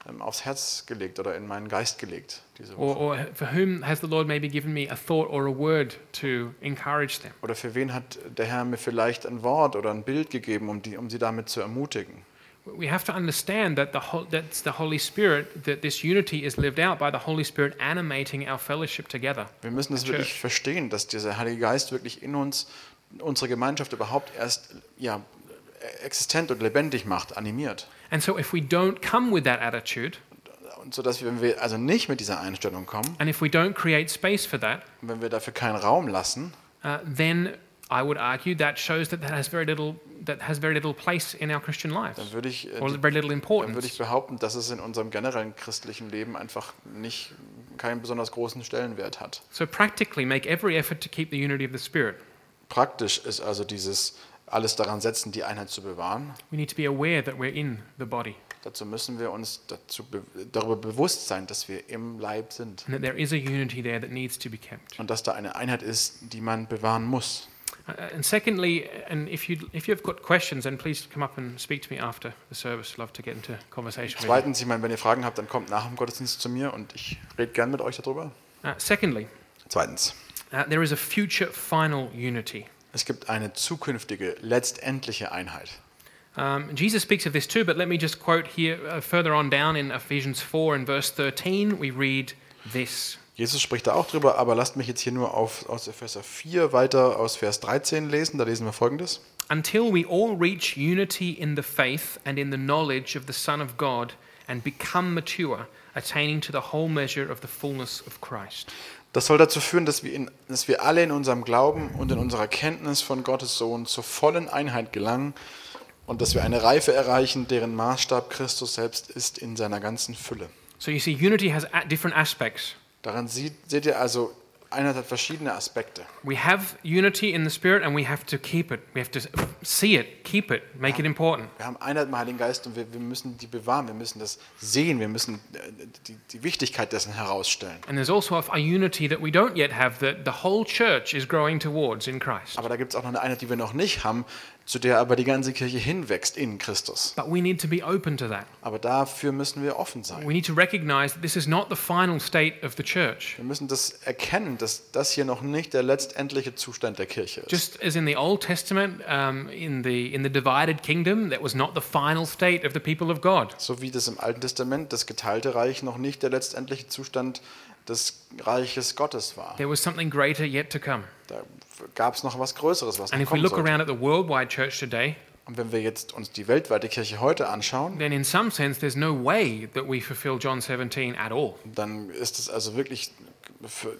ähm, aufs Herz gelegt oder in meinen Geist gelegt? Diese Or, Woche? or for whom has the Lord maybe given me a thought or a word to encourage them? Oder für wen hat der Herr mir vielleicht ein Wort oder ein Bild gegeben, um, die, um sie damit zu ermutigen? we have to understand that the hol- that's the Holy Spirit, that this unity is lived out by the Holy Spirit animating our fellowship together. Wir müssen das wirklich verstehen, dass dieser Heilige Geist wirklich in uns unsere Gemeinschaft überhaupt erst ja, existent und lebendig macht, animiert. And so, if we don't come with that attitude, Und so dass wir, wenn wir also nicht mit dieser Einstellung kommen, and if we don't create space for that, und wenn wir dafür keinen Raum lassen, uh, then I would argue that shows that that has very little that has very little place in our Christian dann lives, würde ich, äh, or die- very little dann würde ich importance. behaupten, dass es in unserem generellen christlichen Leben einfach nicht keinen besonders großen Stellenwert hat. So, practically, make every effort to keep the unity of the Spirit. Praktisch ist also dieses alles daran setzen, die Einheit zu bewahren. We need to be aware that we're in the body Dazu müssen wir uns dazu be darüber bewusst sein, dass wir im Leib sind and that there is a unity there that needs to be kept. und dass da eine Einheit ist, die man bewahren muss. Uh, And secondly, and if you if you've got questions, then please come up and speak to me after the service. Love to get into conversation. With you. Zweitens, ich meine, wenn ihr Fragen habt, dann kommt nach dem Gottesdienst zu mir und ich rede gern mit euch darüber. Uh, secondly, Zweitens, uh, there is a future final unity. es gibt eine zukünftige, letztendliche Einheit. Um, Jesus speaks of this too, but let me just quote here uh, further on down in Ephesians 4 and verse 13. We read this. Jesus spricht da auch drüber, aber lasst mich jetzt hier nur auf, aus Epheser 4 weiter aus Vers 13 lesen. Da lesen wir folgendes. Until we all reach unity in the faith and in the knowledge of the Son of God and become mature, attaining to the whole measure of the fullness of Christ. Das soll dazu führen, dass wir, in, dass wir alle in unserem Glauben und in unserer Kenntnis von Gottes Sohn zur vollen Einheit gelangen und dass wir eine Reife erreichen, deren Maßstab Christus selbst ist in seiner ganzen Fülle. So you see, unity has a- different aspects. Daran sieht, seht ihr also, Einheit hat verschiedene Aspekte. We have unity in the Spirit and we have to keep it. We have to see it, keep it, make it important. Wir haben Einheit im Heiligen Geist und wir, wir müssen die bewahren, wir müssen das sehen, wir müssen äh, die, die Wichtigkeit dessen herausstellen. And there's also a, a unity that we don't yet have that the whole church is growing towards in Christ. Aber da gibt es auch noch eine Einheit, die wir noch nicht haben, zu der aber die ganze Kirche hinwächst in Christus. But we need to be open to that. Aber dafür müssen wir offen sein. We need to recognize that this is not the final state of the church. Wir müssen das erkennen, dass das hier noch nicht der letztendliche Zustand der Kirche ist. Just as in the Old Testament, um, in, the, in the divided kingdom, that was not the final state of the people of God. So wie das im Alten Testament das geteilte Reich noch nicht der letztendliche Zustand des Reiches Gottes war. There was something greater yet to come. Da gab es noch was Größeres, was And if we noch kommen look sollte. around at the worldwide church today, Und wenn wir jetzt uns die weltweite Kirche heute anschauen, then in some sense, there's no way that we fulfill John 17 at all. dann ist es also wirklich für,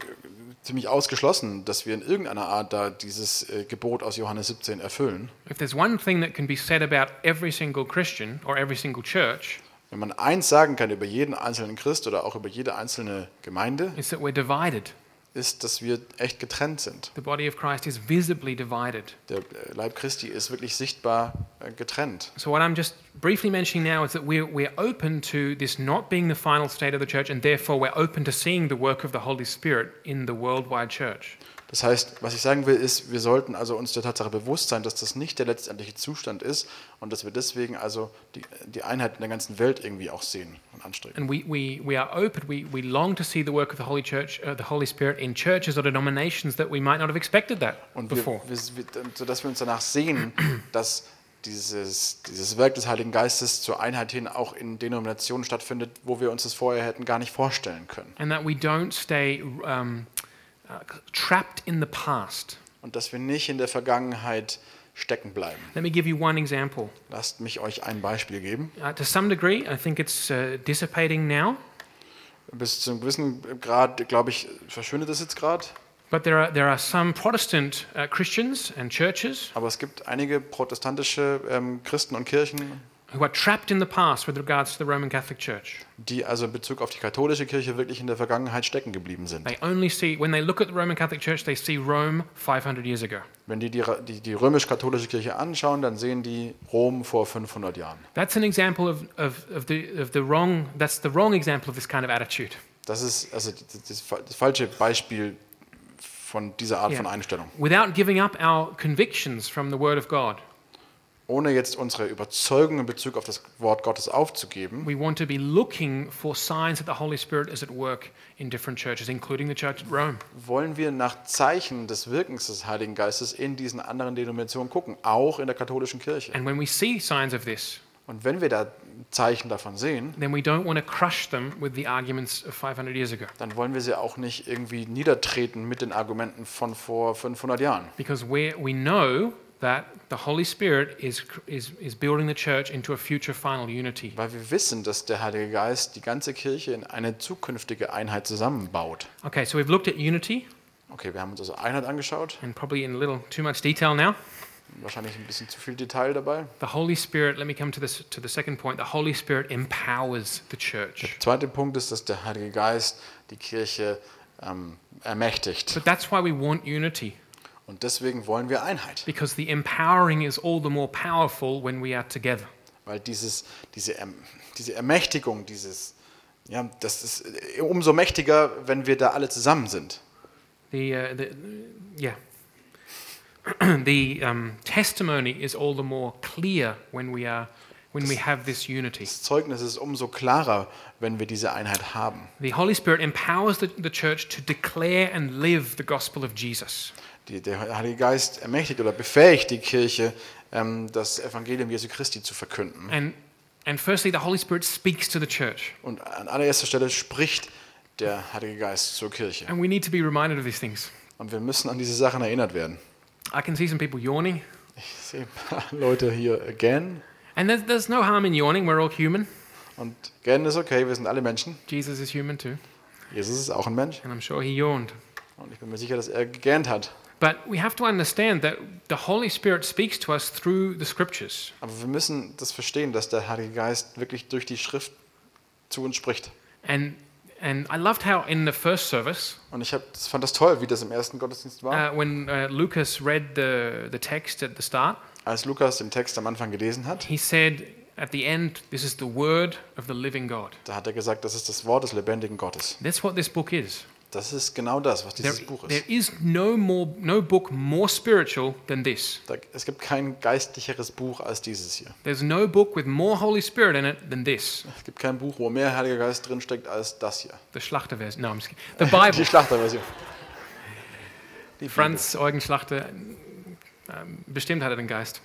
ziemlich ausgeschlossen, dass wir in irgendeiner Art da dieses äh, Gebot aus Johannes 17 erfüllen. If there's one thing that can be said about every single Christian or every single church, Wenn man eins sagen kann über jeden einzelnen Christ oder auch über jede einzelne Gemeinde, it's that we're divided. ist, dass wir echt getrennt sind. The body of Christ is visibly divided. Der äh, Leib Christi ist wirklich sichtbar äh, getrennt. So, what I'm just briefly mentioning now is that we're, we're open to this not being the final state of the church, and therefore we're open to seeing the work of the Holy Spirit in the worldwide church. Das heißt, was ich sagen will, ist, wir sollten also uns der Tatsache bewusst sein, dass das nicht der letztendliche Zustand ist und dass wir deswegen also die, die Einheit in der ganzen Welt irgendwie auch sehen und anstreben. And we, we, we are open, we, we long to see the work of the Holy Church, uh, the Holy Spirit in churches or denominations that we might not have expected that Und wir, before. wir, wir- sodass wir uns danach sehen, dass dieses, dieses Werk des Heiligen Geistes zur Einheit hin auch in Denominationen stattfindet, wo wir uns das vorher hätten gar nicht vorstellen können. and that we don't stay um, uh, trapped in the past. Und dass wir nicht in der Vergangenheit stecken bleiben. Let me give you one example. Lasst mich euch ein Beispiel geben. Uh, to some degree, I think it's uh, dissipating now, Bis zu einem gewissen Grad, glaube ich, verschwindet es jetzt gerade. but there are, there are some Protestant uh, Christians and churches Aber es gibt einige protestantische ähm, Christen und Kirchen, who are trapped in the past with regards to the Roman Catholic Church. die also in Bezug auf die katholische Kirche wirklich in der Vergangenheit stecken geblieben sind. They only see, when they look at the Roman Catholic Church, they see Rome 500 years ago. Wenn die die, die, die römisch-katholische Kirche anschauen, dann sehen die Rom vor 500 Jahren. That's an example of, of, of, the, of the wrong, that's the wrong example of this kind of attitude. Das ist also das, das, fa- das falsche Beispiel von dieser Art Ja. von Einstellung. Without giving up our convictions from the Word of God, Ohne jetzt unsere Überzeugung in Bezug auf das Wort Gottes aufzugeben, we want to be looking for signs that the Holy Spirit is at work in different churches, including the church at Rome. wollen wir nach Zeichen des Wirkens des Heiligen Geistes in diesen anderen Denominationen gucken, auch in der katholischen Kirche. And when we see signs of this, Und wenn wir da Zeichen davon sehen, then we don't want to crush them with the arguments of 500 years ago. dann wollen wir sie auch nicht irgendwie niedertreten mit den Argumenten von vor 500 Jahren. Because we, we know that the Holy Spirit is, cr- is, is building the church into a future final unity. Weil wir wissen, dass der Heilige Geist die ganze Kirche in eine zukünftige Einheit zusammenbaut. Okay, so we've looked at unity Okay, wir haben uns also Einheit angeschaut, and probably in a little too much detail now. wahrscheinlich ein bisschen zu viel Detail dabei. The Holy Spirit, let me come to this to the second point. The Holy Spirit empowers the church. Zweiter Punkt ist, dass der Heilige Geist die Kirche ähm, ermächtigt. But that's why we want unity, Und deswegen wollen wir Einheit, because the empowering is all the more powerful when we are together. weil dieses, diese, ähm, diese Ermächtigung, dieses, ja, das ist äh, umso mächtiger, wenn wir da alle zusammen sind. The, uh, the yeah. the um, testimony is all the more clear when we are when we have this unity. Das Zeugnis ist umso klarer, wenn wir diese Einheit haben. The Holy Spirit empowers the, the church to declare and live the gospel of Jesus. Die, der Heilige Geist ermächtigt oder befähigt die Kirche, ähm, das Evangelium Jesu Christi zu verkünden. And and firstly, the Holy Spirit speaks to the church, Und an allererster Stelle spricht der Heilige Geist zur Kirche. and we need to be reminded of these things. Und wir müssen an diese Sachen erinnert werden. I can see some people yawning, Ich sehe ein paar Leute hier again. and there's, there's no harm in yawning. We're all human. Und again ist okay, wir sind alle Menschen. Jesus is human too, Jesus ist auch ein Mensch. and I'm sure he yawned. Und ich bin mir sicher, dass er gegähnt hat. But we have to understand that the Holy Spirit speaks to us through the scriptures. Aber wir müssen das verstehen, dass der Heilige Geist wirklich durch die Schrift zu uns spricht. And and I loved how in the first service, Und ich hab, das fand das toll, wie das im ersten Gottesdienst war. uh, when uh, Lucas read the, the text at the start, Als Lukas den Text am Anfang gelesen hat, he said at the end, This is the word of the living God. da hat er gesagt, das ist das Wort des lebendigen Gottes. That's what this book is. Das ist genau das, was There, dieses Buch there ist. is no, more, no book more spiritual than this. Da, es gibt kein geistlicheres Buch als dieses hier. There's no book with more Holy Spirit in it than this. Es gibt kein Buch, wo mehr Heiliger Geist drinsteckt als das hier. The Schlachtervers. No, I'm just kidding. The Die Bible. Schlachterversion. Die Franz Eugen Schlachter. um, Bestimmt hat er den Geist.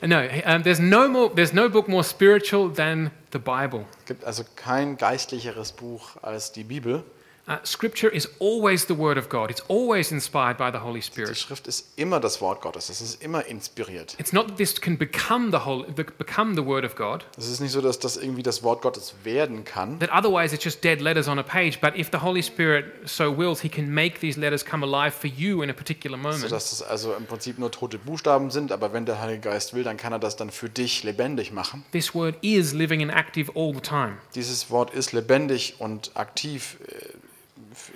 No, um, there's, no more, there's no book more spiritual than the Bible. Bibel. Es gibt also kein geistlicheres Buch als die Bibel. Uh, scripture is always the Word of God. It's always inspired by the Holy Die Spirit. Schrift ist immer das Wort Gottes. Es ist immer inspiriert. It's not that this can become the, whole, the, become the Word of God, Es ist nicht so, dass das irgendwie das Wort Gottes werden kann. that otherwise it's just dead letters on a page. But if the Holy Spirit so wills, He can make these letters come alive for you in a particular moment. Sodass es also im Prinzip nur tote Buchstaben sind, aber wenn der Heilige Geist will, dann kann er das dann für dich lebendig machen. This Word is living and active all the time. Dieses Wort ist lebendig und aktiv, äh,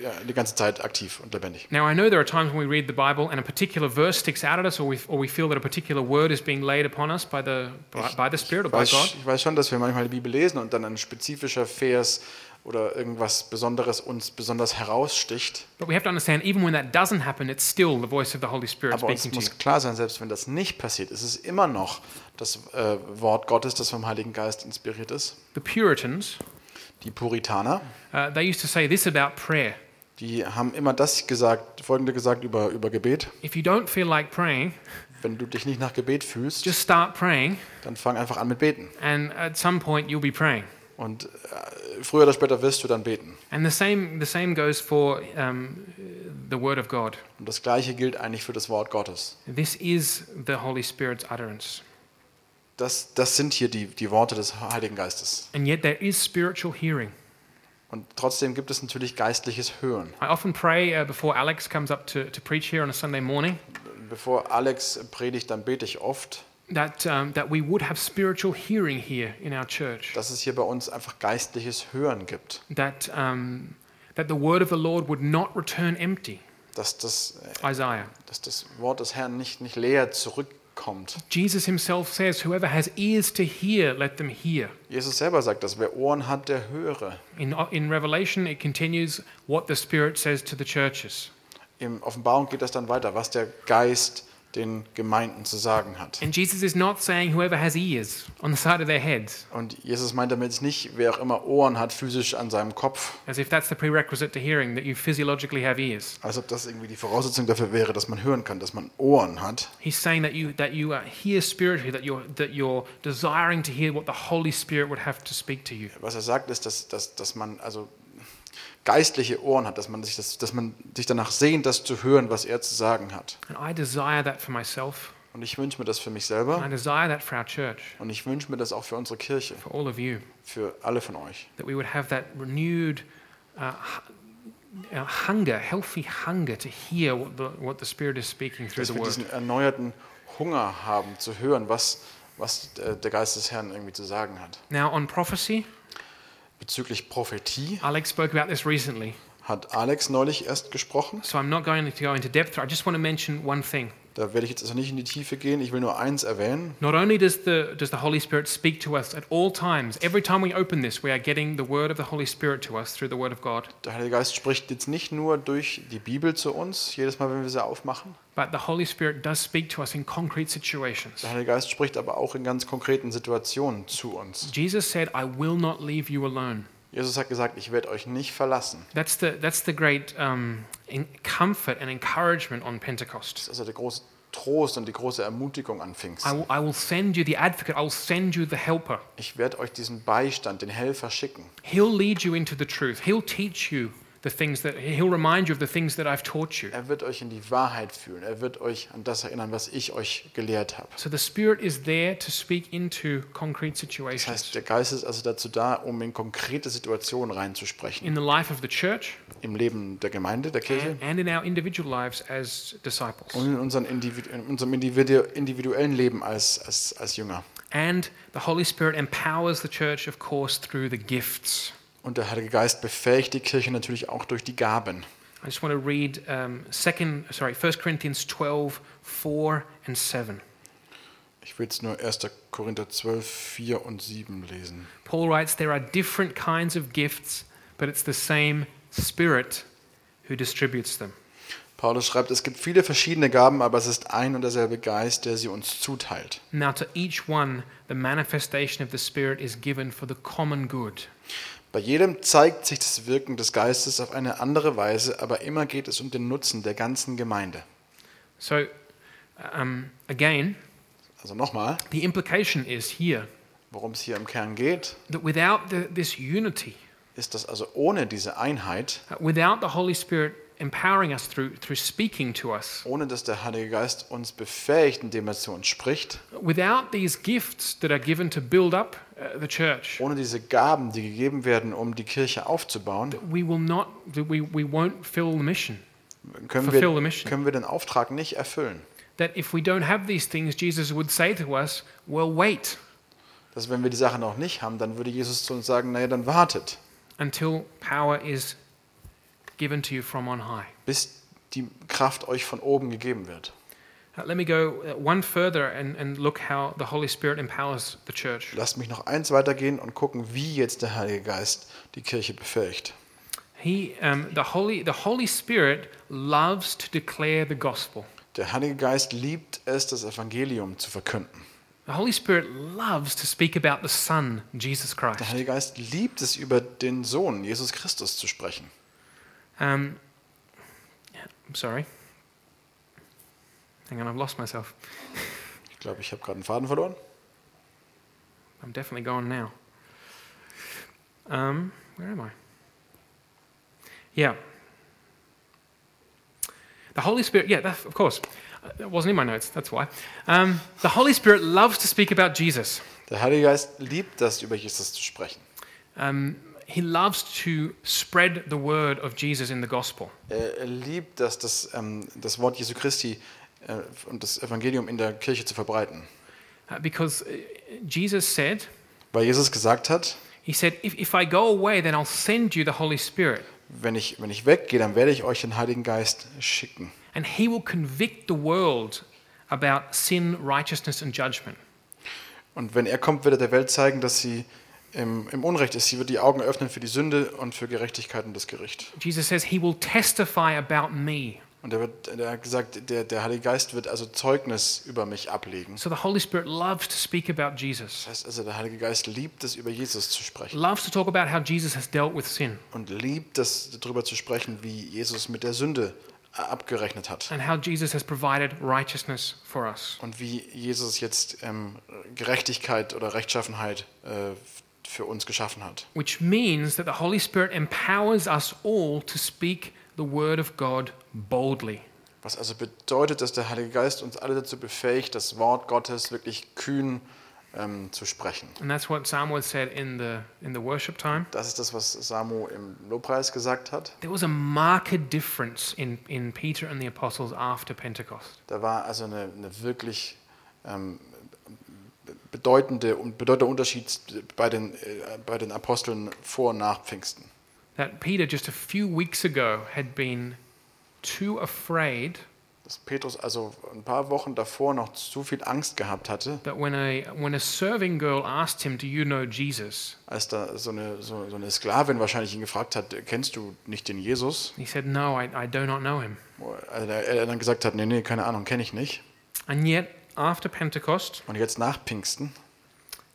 ja, die ganze Zeit aktiv und lebendig. Now, I know there are times when we read the Bible and a particular verse sticks out at us, or we, or we feel that a particular word is being laid upon us by the, by, by the Spirit or by Weiß, God. ich weiß schon, dass wir manchmal die Bibel lesen und dann ein spezifischer Vers oder irgendwas Besonderes uns besonders heraussticht. But we have to understand, even when that doesn't happen, it's still the voice of the Holy Spirit Aber uns speaking to you. muss klar sein, selbst wenn das nicht passiert, ist es immer noch das äh, Wort Gottes, das vom Heiligen Geist inspiriert ist. The Puritans, Die Puritaner, uh, they used to say this about prayer. die haben immer das gesagt, folgende gesagt über, über Gebet. If you don't feel like praying, Wenn du dich nicht nach Gebet fühlst, just start praying, dann fang einfach an mit Beten. and at some point you'll be praying. Und äh, früher oder später wirst du dann beten. And the same, the same goes for um, the Word of God. Und das Gleiche gilt eigentlich für das Wort Gottes. This is the Holy Spirit's utterance. Das, das sind hier die, die Worte des Heiligen Geistes. And yet there is spiritual hearing. Und trotzdem gibt es natürlich geistliches Hören. I often pray uh, before Alex comes up to, to preach here on a Sunday morning Bevor Alex predigt, dann bete ich oft, that, um, that we would have spiritual hearing here in our church, dass es hier bei uns einfach geistliches Hören gibt. that, um, that the word of the Lord would not return empty. Dass das, äh, Isaiah. dass das Wort des Herrn nicht, nicht leer zurückkommt. Jesus himself says, Whoever has ears to hear, let them hear. Jesus selber sagt das, wer Ohren hat, der höre. In, in Revelation, it continues what the Spirit says to the churches. Im Offenbarung geht das dann weiter, was der Geist den Gemeinden zu sagen hat. And Jesus is not saying whoever has ears on the side of their heads, Und Jesus meint damit nicht, wer auch immer Ohren hat, physisch an seinem Kopf, as if that's the prerequisite to hearing, that you physiologically have ears. als ob das irgendwie die Voraussetzung dafür wäre, dass man hören kann, dass man Ohren hat, He's saying that you, that you uh, hear spiritually, that you're, that you're desiring to hear what the Holy Spirit would have to speak to you. was er sagt, ist, dass, dass, dass man also geistliche Ohren hat, dass man, sich das, dass man sich danach sehnt, das zu hören, was er zu sagen hat. And I desire that for myself. Und ich wünsche mir das für mich And I selber desire that for our church, und ich wünsche mir das auch für unsere Kirche, for all of you, für alle von euch, that we would have that renewed uh, hu- uh, hunger, healthy hunger to hear what the, what the Spirit is speaking through dass the wir Word. diesen erneuerten Hunger haben, zu hören, was, was äh, der Geist des Herrn irgendwie zu sagen hat. Now, on prophecy, Bezüglich Prophetie Alex spoke about this recently, hat Alex neulich erst gesprochen. so I'm not going to go into depth. I just want to mention one thing. Da werde ich jetzt also nicht in die Tiefe gehen. Ich will nur eins erwähnen. Not only does the, does the Holy Spirit speak to us at all times, every time we open this, we are getting the word of the Holy Spirit to us through the word of God, Der Heilige Geist spricht jetzt nicht nur durch die Bibel zu uns, jedes Mal, wenn wir sie aufmachen. but the Holy Spirit does speak to us in concrete situations. Der Heilige Geist spricht aber auch in ganz konkreten Situationen zu uns. Jesus said, I will not leave you alone. Jesus hat gesagt, ich werde euch nicht verlassen. That's the, that's the great um, in comfort and encouragement on Pentecost. Das ist also der große Trost und die große Ermutigung an I Pfingsten. will, I will send you the advocate, I will send you the helper. Ich werde euch diesen Beistand, den Helfer schicken. He'll lead you into the truth, He'll teach you the things that, He'll remind you of the things that I've taught you. Er wird euch in die Wahrheit führen. Er wird euch an das erinnern, was ich euch gelehrt habe. So the Spirit is there to speak into concrete Das situations. heißt, der Geist ist also dazu da, um in konkrete Situationen reinzusprechen. in the life of the church Im Leben der Gemeinde, der Kirche. and, and in our individual lives as disciples. Und in, unseren Individu in unserem Individu individuellen Leben als, als, als Jünger. And the Holy Spirit empowers the church, of course, through the gifts. Und der Heilige Geist befähigt die Kirche natürlich auch durch die Gaben. I just want to read um, second, sorry, 1 Corinthians 12, 4 and 7. Ich will jetzt nur 1. Korinther 12, 4 und 7 lesen. Paul writes, There are different kinds of gifts, but it's the same Spirit who distributes them. Paulus schreibt, es gibt viele verschiedene Gaben, aber es ist ein und derselbe Geist, der sie uns zuteilt. Now, to each one, the manifestation of the Spirit is given for the common good. Bei jedem zeigt sich das Wirken des Geistes auf eine andere Weise, aber immer geht es um den Nutzen der ganzen Gemeinde. So, um, again, Also nochmal, the implication is here worum es hier im Kern geht, that without the, this unity, ist, dass also ohne diese Einheit, uh, without the Holy Spirit empowering us through, through speaking to us, ohne dass der Heilige Geist uns befähigt, indem er zu uns spricht, without these gifts that are given to build up uh, the church, ohne diese Gaben, die gegeben werden, um die Kirche aufzubauen, we will not, that we, we won't fill the mission. können Fulfill the wir, mission. können wir den Auftrag nicht erfüllen. That if we don't have these things, Jesus would say to us, well, wait Dass wenn wir die Sache noch nicht haben, dann würde Jesus zu uns sagen, naja, dann wartet, until power is given to you from on high. bis die Kraft euch von oben gegeben wird. Uh, let me go uh, one further and, and look how the Holy Spirit empowers the church. Lasst mich noch eins weitergehen und gucken, wie jetzt der Heilige Geist die Kirche befähigt. He, um, the Holy, the Holy Spirit loves to declare the gospel. Der Heilige Geist liebt es, das Evangelium zu verkünden. The Holy Spirit loves to speak about the Son, Jesus Der Christ. Heilige Geist liebt es, über den Sohn, Jesus Christus, zu sprechen. Um, I'm sorry. Hang on, I've lost myself. Ich glaube, ich habe gerade einen Faden verloren. I'm definitely gone now. Um, where am I? Yeah. The Holy Spirit, yeah, that, of course. Uh, That wasn't in my notes, that's why. Um, the Holy Spirit loves to speak about Jesus. Der Heilige Geist liebt das, über Jesus zu sprechen. Um, he loves to spread the word of Jesus in the gospel. Er er liebt das, das, ähm, das Wort Jesu Christi äh, und das Evangelium in der Kirche zu verbreiten. Uh, because uh, Jesus said, Weil Jesus gesagt hat, He said, if, if I go away, then I'll send you the Holy Spirit, wenn ich, wenn ich weggehe, dann werde ich euch den Heiligen Geist schicken. and He will convict the world about sin, righteousness, and judgment. Und wenn er kommt, wird er der Welt zeigen, dass sie im, im Unrecht ist. Sie wird die Augen öffnen für die Sünde und für Gerechtigkeit und das Gericht. Jesus says, He will testify about me. Und er, wird, er hat gesagt, der, der Heilige Geist wird also Zeugnis über mich ablegen. So the Holy Spirit loves to speak about Jesus, Das heißt also, der Heilige Geist liebt es, über Jesus zu sprechen. loves to talk about how Jesus has dealt with sin Und liebt es, darüber zu sprechen, wie Jesus mit der Sünde äh, abgerechnet hat. and how Jesus has provided righteousness for us. Und wie Jesus jetzt ähm, Gerechtigkeit oder Rechtschaffenheit äh, für uns geschaffen hat. Which means that the Holy Spirit empowers us all to speak the word of God boldly. Was also bedeutet, dass der Heilige Geist uns alle dazu befähigt, das Wort Gottes wirklich kühn ähm, zu sprechen. And that's what Samuel said in the, in the worship time. Das ist das, was Samu im Lobpreis gesagt hat. There was a marked difference in, in Peter and the apostles after Pentecost. Da war also eine, eine wirklich ähm, bedeutende und bedeutender Unterschied bei den, äh, bei den Aposteln vor und nach Pfingsten. That Peter, just a few weeks ago, had been too afraid Dass Petrus also ein paar Wochen davor noch zu viel Angst gehabt hatte, that when a, when a serving girl asked him, Do you know Jesus? als da so eine, so, so eine Sklavin wahrscheinlich ihn gefragt hat, kennst du nicht den Jesus? He said, No, I, I do not know him. Also er er dann gesagt hat, nee, nee, keine Ahnung, kenne ich nicht. And yet, after Pentecost, Und jetzt nach Pfingsten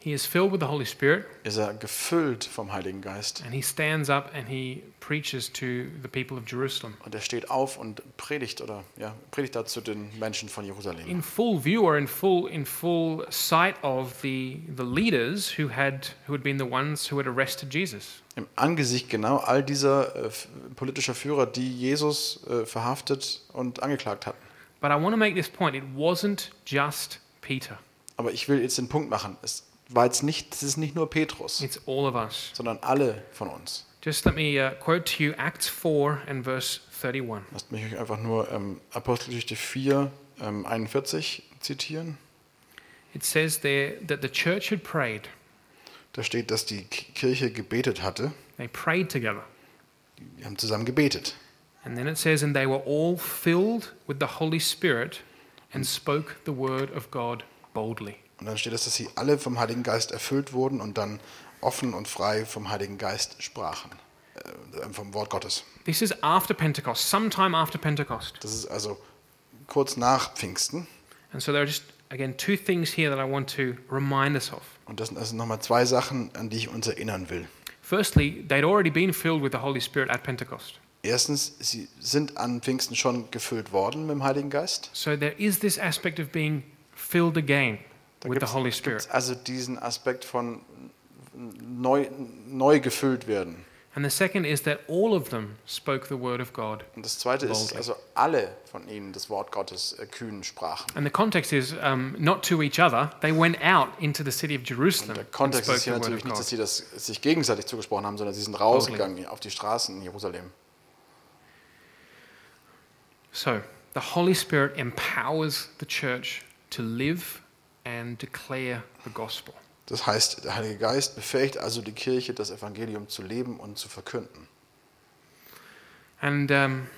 he is filled with the Holy Spirit ist er gefüllt vom Heiligen Geist and he stands up and he preaches to the people of Jerusalem und er steht auf und predigt oder ja, predigt da zu den Menschen von Jerusalem. in full view or in full in full sight of the the leaders who had who had been the ones who had arrested Jesus. Im Angesicht genau all dieser äh, f- politischer Führer, die Jesus äh, verhaftet und angeklagt hatten. But I want to make this point: it wasn't just Peter; Aber ich will jetzt den Punkt machen. Es war jetzt nicht, es ist nicht nur Petrus, it's all of us. sondern alle von uns. Just let me uh, quote to you Acts four and verse thirty-one. Lasst mich euch einfach nur ähm, Apostelgeschichte 4, ähm, 41 zitieren. It says there that the church had prayed; Da steht, dass die K- Kirche gebetet hatte. they prayed together, Die haben zusammen gebetet. and then it says, and they were all filled with the Holy Spirit, and spoke the word of God boldly. Und dann steht es, dass sie alle vom Heiligen Geist erfüllt wurden und dann offen und frei vom Heiligen Geist sprachen. Äh, vom Wort Gottes. This is after Pentecost, sometime after Pentecost. Das ist also kurz nach Pfingsten. And so there are just, again, two things here that I want to remind us of. Und das sind also nochmal zwei Sachen, an die ich uns erinnern will. Firstly, they'd already been filled with the Holy Spirit at Pentecost. Erstens, sie sind an Pfingsten schon gefüllt worden mit dem Heiligen Geist. So there is this aspect of being filled again Da with the gibt's- Holy gibt's Spirit. also diesen Aspekt von neu, neu gefüllt werden. And the second is that all of them spoke the word of God. Und das Zweite ist, dass Boldly. also alle von ihnen das Wort Gottes äh, kühn sprachen. And the context is um, not to each other. They went out into the city of Jerusalem Der and Kontext spoke ist hier the word of natürlich nicht, God. dass sie das sich gegenseitig zugesprochen haben, sondern sie sind rausgegangen auf die Straßen in Jerusalem. So the Holy Spirit empowers the church to live and declare the gospel. Das heißt, der Heilige Geist befähigt also die Kirche, das Evangelium zu leben und zu verkünden. And um,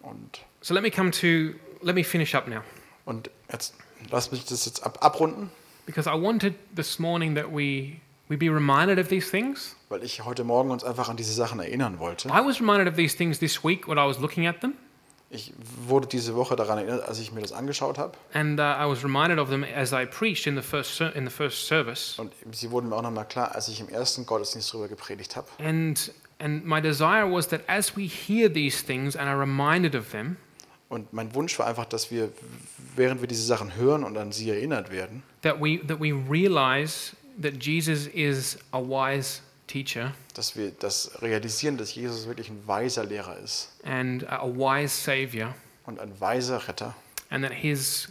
Und, so let me come to, let me finish up now. und jetzt lass mich das jetzt ab, abrunden, Because I wanted this morning that we, we be reminded of these things. weil ich heute Morgen uns einfach an diese Sachen erinnern wollte. I was reminded of these things this week when I was looking at them, Ich wurde diese Woche daran erinnert, als ich mir das angeschaut habe. and uh, I was reminded of them as I preached in the first, ser- in the first service. Und sie wurden mir auch nochmal klar, als ich im ersten Gottesdienst darüber gepredigt habe. And, and my desire was that as we hear these things and are reminded of them, Und mein Wunsch war einfach, dass wir, während wir diese Sachen hören und an sie erinnert werden, that we, that we realize that Jesus is a wise teacher dass wir das realisieren, dass Jesus wirklich ein weiser Lehrer ist and a wise savior, und ein weiser Retter and that his,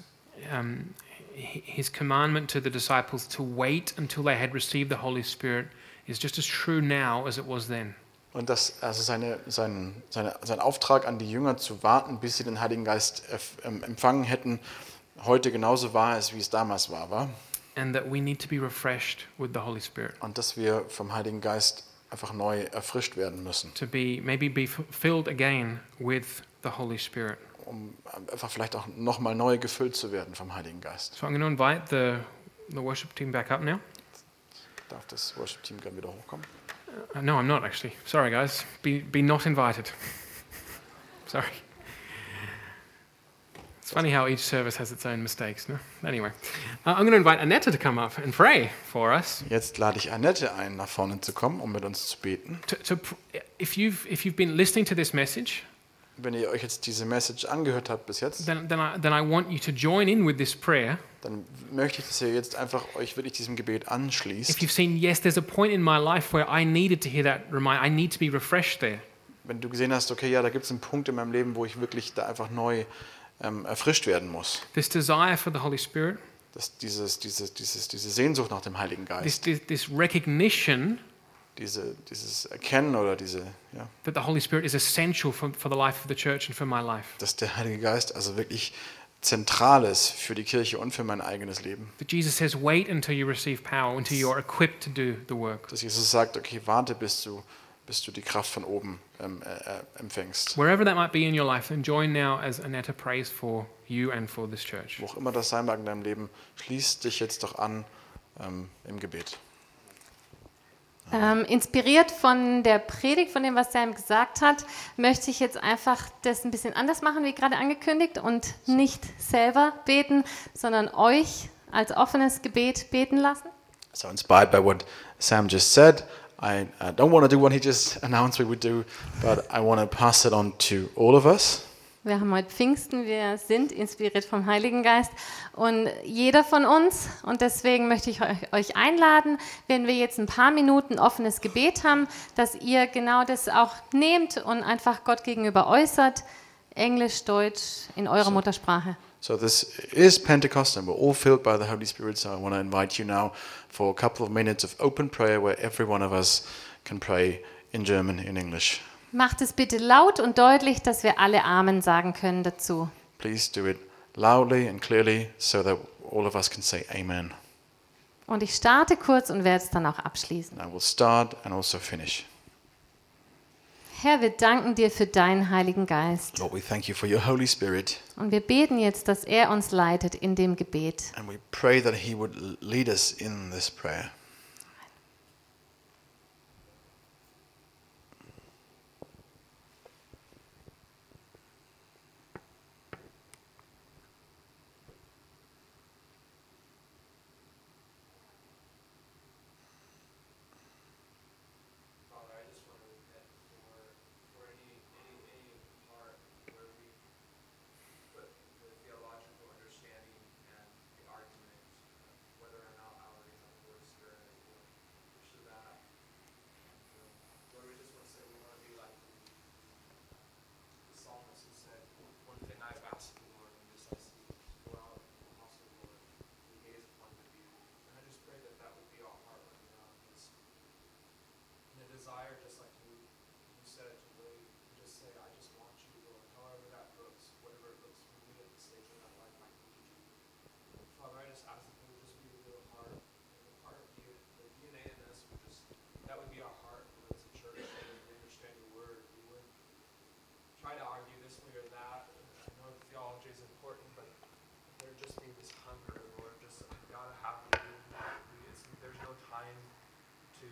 um, h- his commandment to the disciples to wait until they had received the Holy Spirit is just as true now as it was then. und dass also seine, sein, seine, sein Auftrag an die Jünger zu warten, bis sie den Heiligen Geist erf- ähm, empfangen hätten, heute genauso wahr ist, wie es damals war, war. And that we need to be refreshed with the Holy Spirit Und dass wir vom Heiligen Geist einfach neu erfrischt werden müssen, to be maybe be f- filled again with the Holy Spirit. um einfach vielleicht auch nochmal neu gefüllt zu werden vom Heiligen Geist. So I'm going to invite the, the worship team back up now. Darf das Worship-Team gerne wieder hochkommen? Uh, no, I'm not actually. Sorry, guys. Be, be not invited. Sorry. It's funny how each service has its own mistakes. No? Anyway, uh, I'm going to invite Annette to come up and pray for us. Jetzt lade ich Annette ein, nach vorne zu kommen, um mit uns zu beten. To, to pr- if, you've, if you've been listening to this message, Wenn ihr euch jetzt diese Message angehört habt bis jetzt, then, then, I, then I want you to join in with this prayer. dann möchte ich, dass ihr jetzt einfach euch wirklich diesem Gebet If anschließt. you've seen, yes, there's a point in my life where I needed to hear that remind, I need to be refreshed there. Wenn du gesehen hast, okay, ja, da gibt es einen Punkt in meinem Leben, wo ich wirklich da einfach neu ähm, erfrischt werden muss. This desire for the Holy Spirit, Dass dieses, dieses, dieses, diese Sehnsucht nach dem Heiligen this, Geist, this, this recognition diese, dieses Erkennen oder diese, ja, that the Holy Spirit is essential for, for the life of the church and for my life. dass der Heilige Geist also wirklich zentral ist für die Kirche und für mein eigenes Leben. But Jesus says, wait until you receive power, until you're equipped to do the work. Dass Jesus sagt, okay, warte, bis du, bis du die Kraft von oben ähm, äh, äh, empfängst. Wherever that might be in your life, then join now as Annetta prays for you and for this church. Wo auch immer das sein mag in deinem Leben, schließ dich jetzt doch an ähm, im Gebet. Ähm, inspiriert von der Predigt, von dem, was Sam gesagt hat, möchte ich jetzt einfach das ein bisschen anders machen, wie gerade angekündigt, und nicht selber beten, sondern euch als offenes Gebet beten lassen. So inspired by what Sam just said, I, I don't want to do what he just announced we would do, but I want to pass it on to all of us. Wir haben heute Pfingsten, wir sind inspiriert vom Heiligen Geist und jeder von uns. Und deswegen möchte ich euch- euch einladen, wenn wir jetzt ein paar Minuten offenes Gebet haben, dass ihr genau das auch nehmt und einfach Gott gegenüber äußert. Englisch, Deutsch, in eurer Muttersprache. So this is Pentecost, and we're all filled by the Holy Spirit. So I want to invite you now for a couple of minutes of open prayer, where every one of us can pray in German, in English. Macht es bitte laut und deutlich, dass wir alle Amen sagen können dazu. Please do it loudly and clearly, so that all of us can say Amen. Und ich starte kurz und werde es dann auch abschließen. And I will start and also finish. Herr, wir danken dir für deinen Heiligen Geist. Lord, we thank you for your Holy Spirit, Und wir beten jetzt, dass er uns leitet in dem Gebet. and we pray that He would l- lead us in this prayer. Father, I just want to repent for, for any, any, any part where we put the theological understanding and the argument, uh, whether or not ours is on the Holy Spirit, or push to that. Lord, we just want to say we want to be like the psalmist who said, one thing I have asked of the Lord, and this I seek, to go out in the house of the Lord, and gaze upon the beauty. And I just pray that that would be our heart right now, this and a desire, just like you, you said, to really just say, I just want you, Lord, however that looks, whatever it looks for me at the stage of my life, I need you. Father, I just ask that you would just be real heart, the heart of you, the DNA in us, would just, that would be our heart, Lord, as a church, that we understand your word, we would try to argue this way or that, I know theology is important, but there just be this hunger, Lord, just, I gotta have you, it's, there's no time to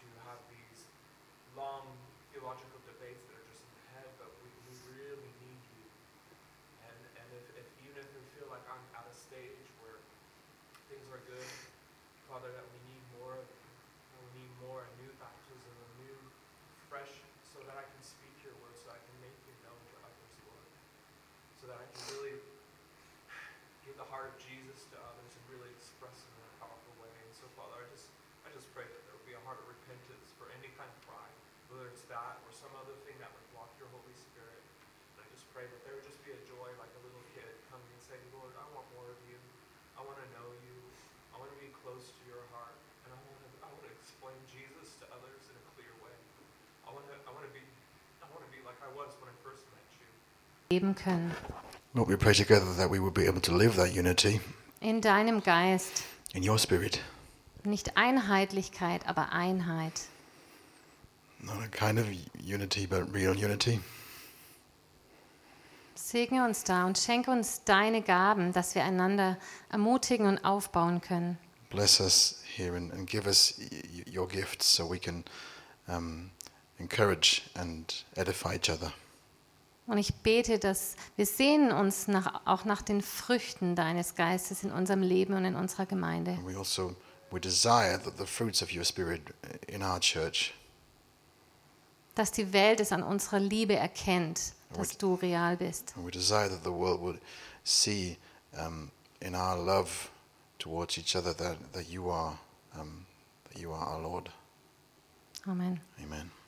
to have these long theological debates that are just in the head, but we, we really need you. And and if, if even if we feel like I'm at a stage where things are good, Father, that we need more of you. And we need more, a new baptism, a new fresh so that I can speak your word, so I can make you known to others, Lord. So that I can really give the heart of Jesus to others and really express it in a powerful way. And so, Father, I just I just pray that there will be a heart of repentance for any kind of pride, whether it's that or some other thing that would block your Holy Spirit. And I just pray that there would just be a joy like a little kid coming and saying, Lord, I want more of you. I want to know you. I want to be close to your heart. And I want to, I want to explain Jesus to others in a clear way. I want to, I want to be, I want to be like I was when I first met you. Leben können. Lord, we pray together that we would be able to live that unity In deinem Geist. in your spirit. Nicht Einheitlichkeit, aber Einheit. Not a kind of unity, but real unity. Segne uns da und schenke uns deine Gaben, dass wir einander ermutigen und aufbauen können. Bless us here and, and give us y- y- your gifts so we can um, encourage and edify each other. Und ich bete, dass wir sehen uns nach, auch nach den Früchten deines Geistes in unserem Leben und in unserer Gemeinde. And we also we desire that the fruits of your spirit in our church Dass die Welt es an unserer Liebe erkennt, dass du real bist. and we desire that the world would see um, in our love towards each other that, that you are um, that you are our Lord. Amen. Amen.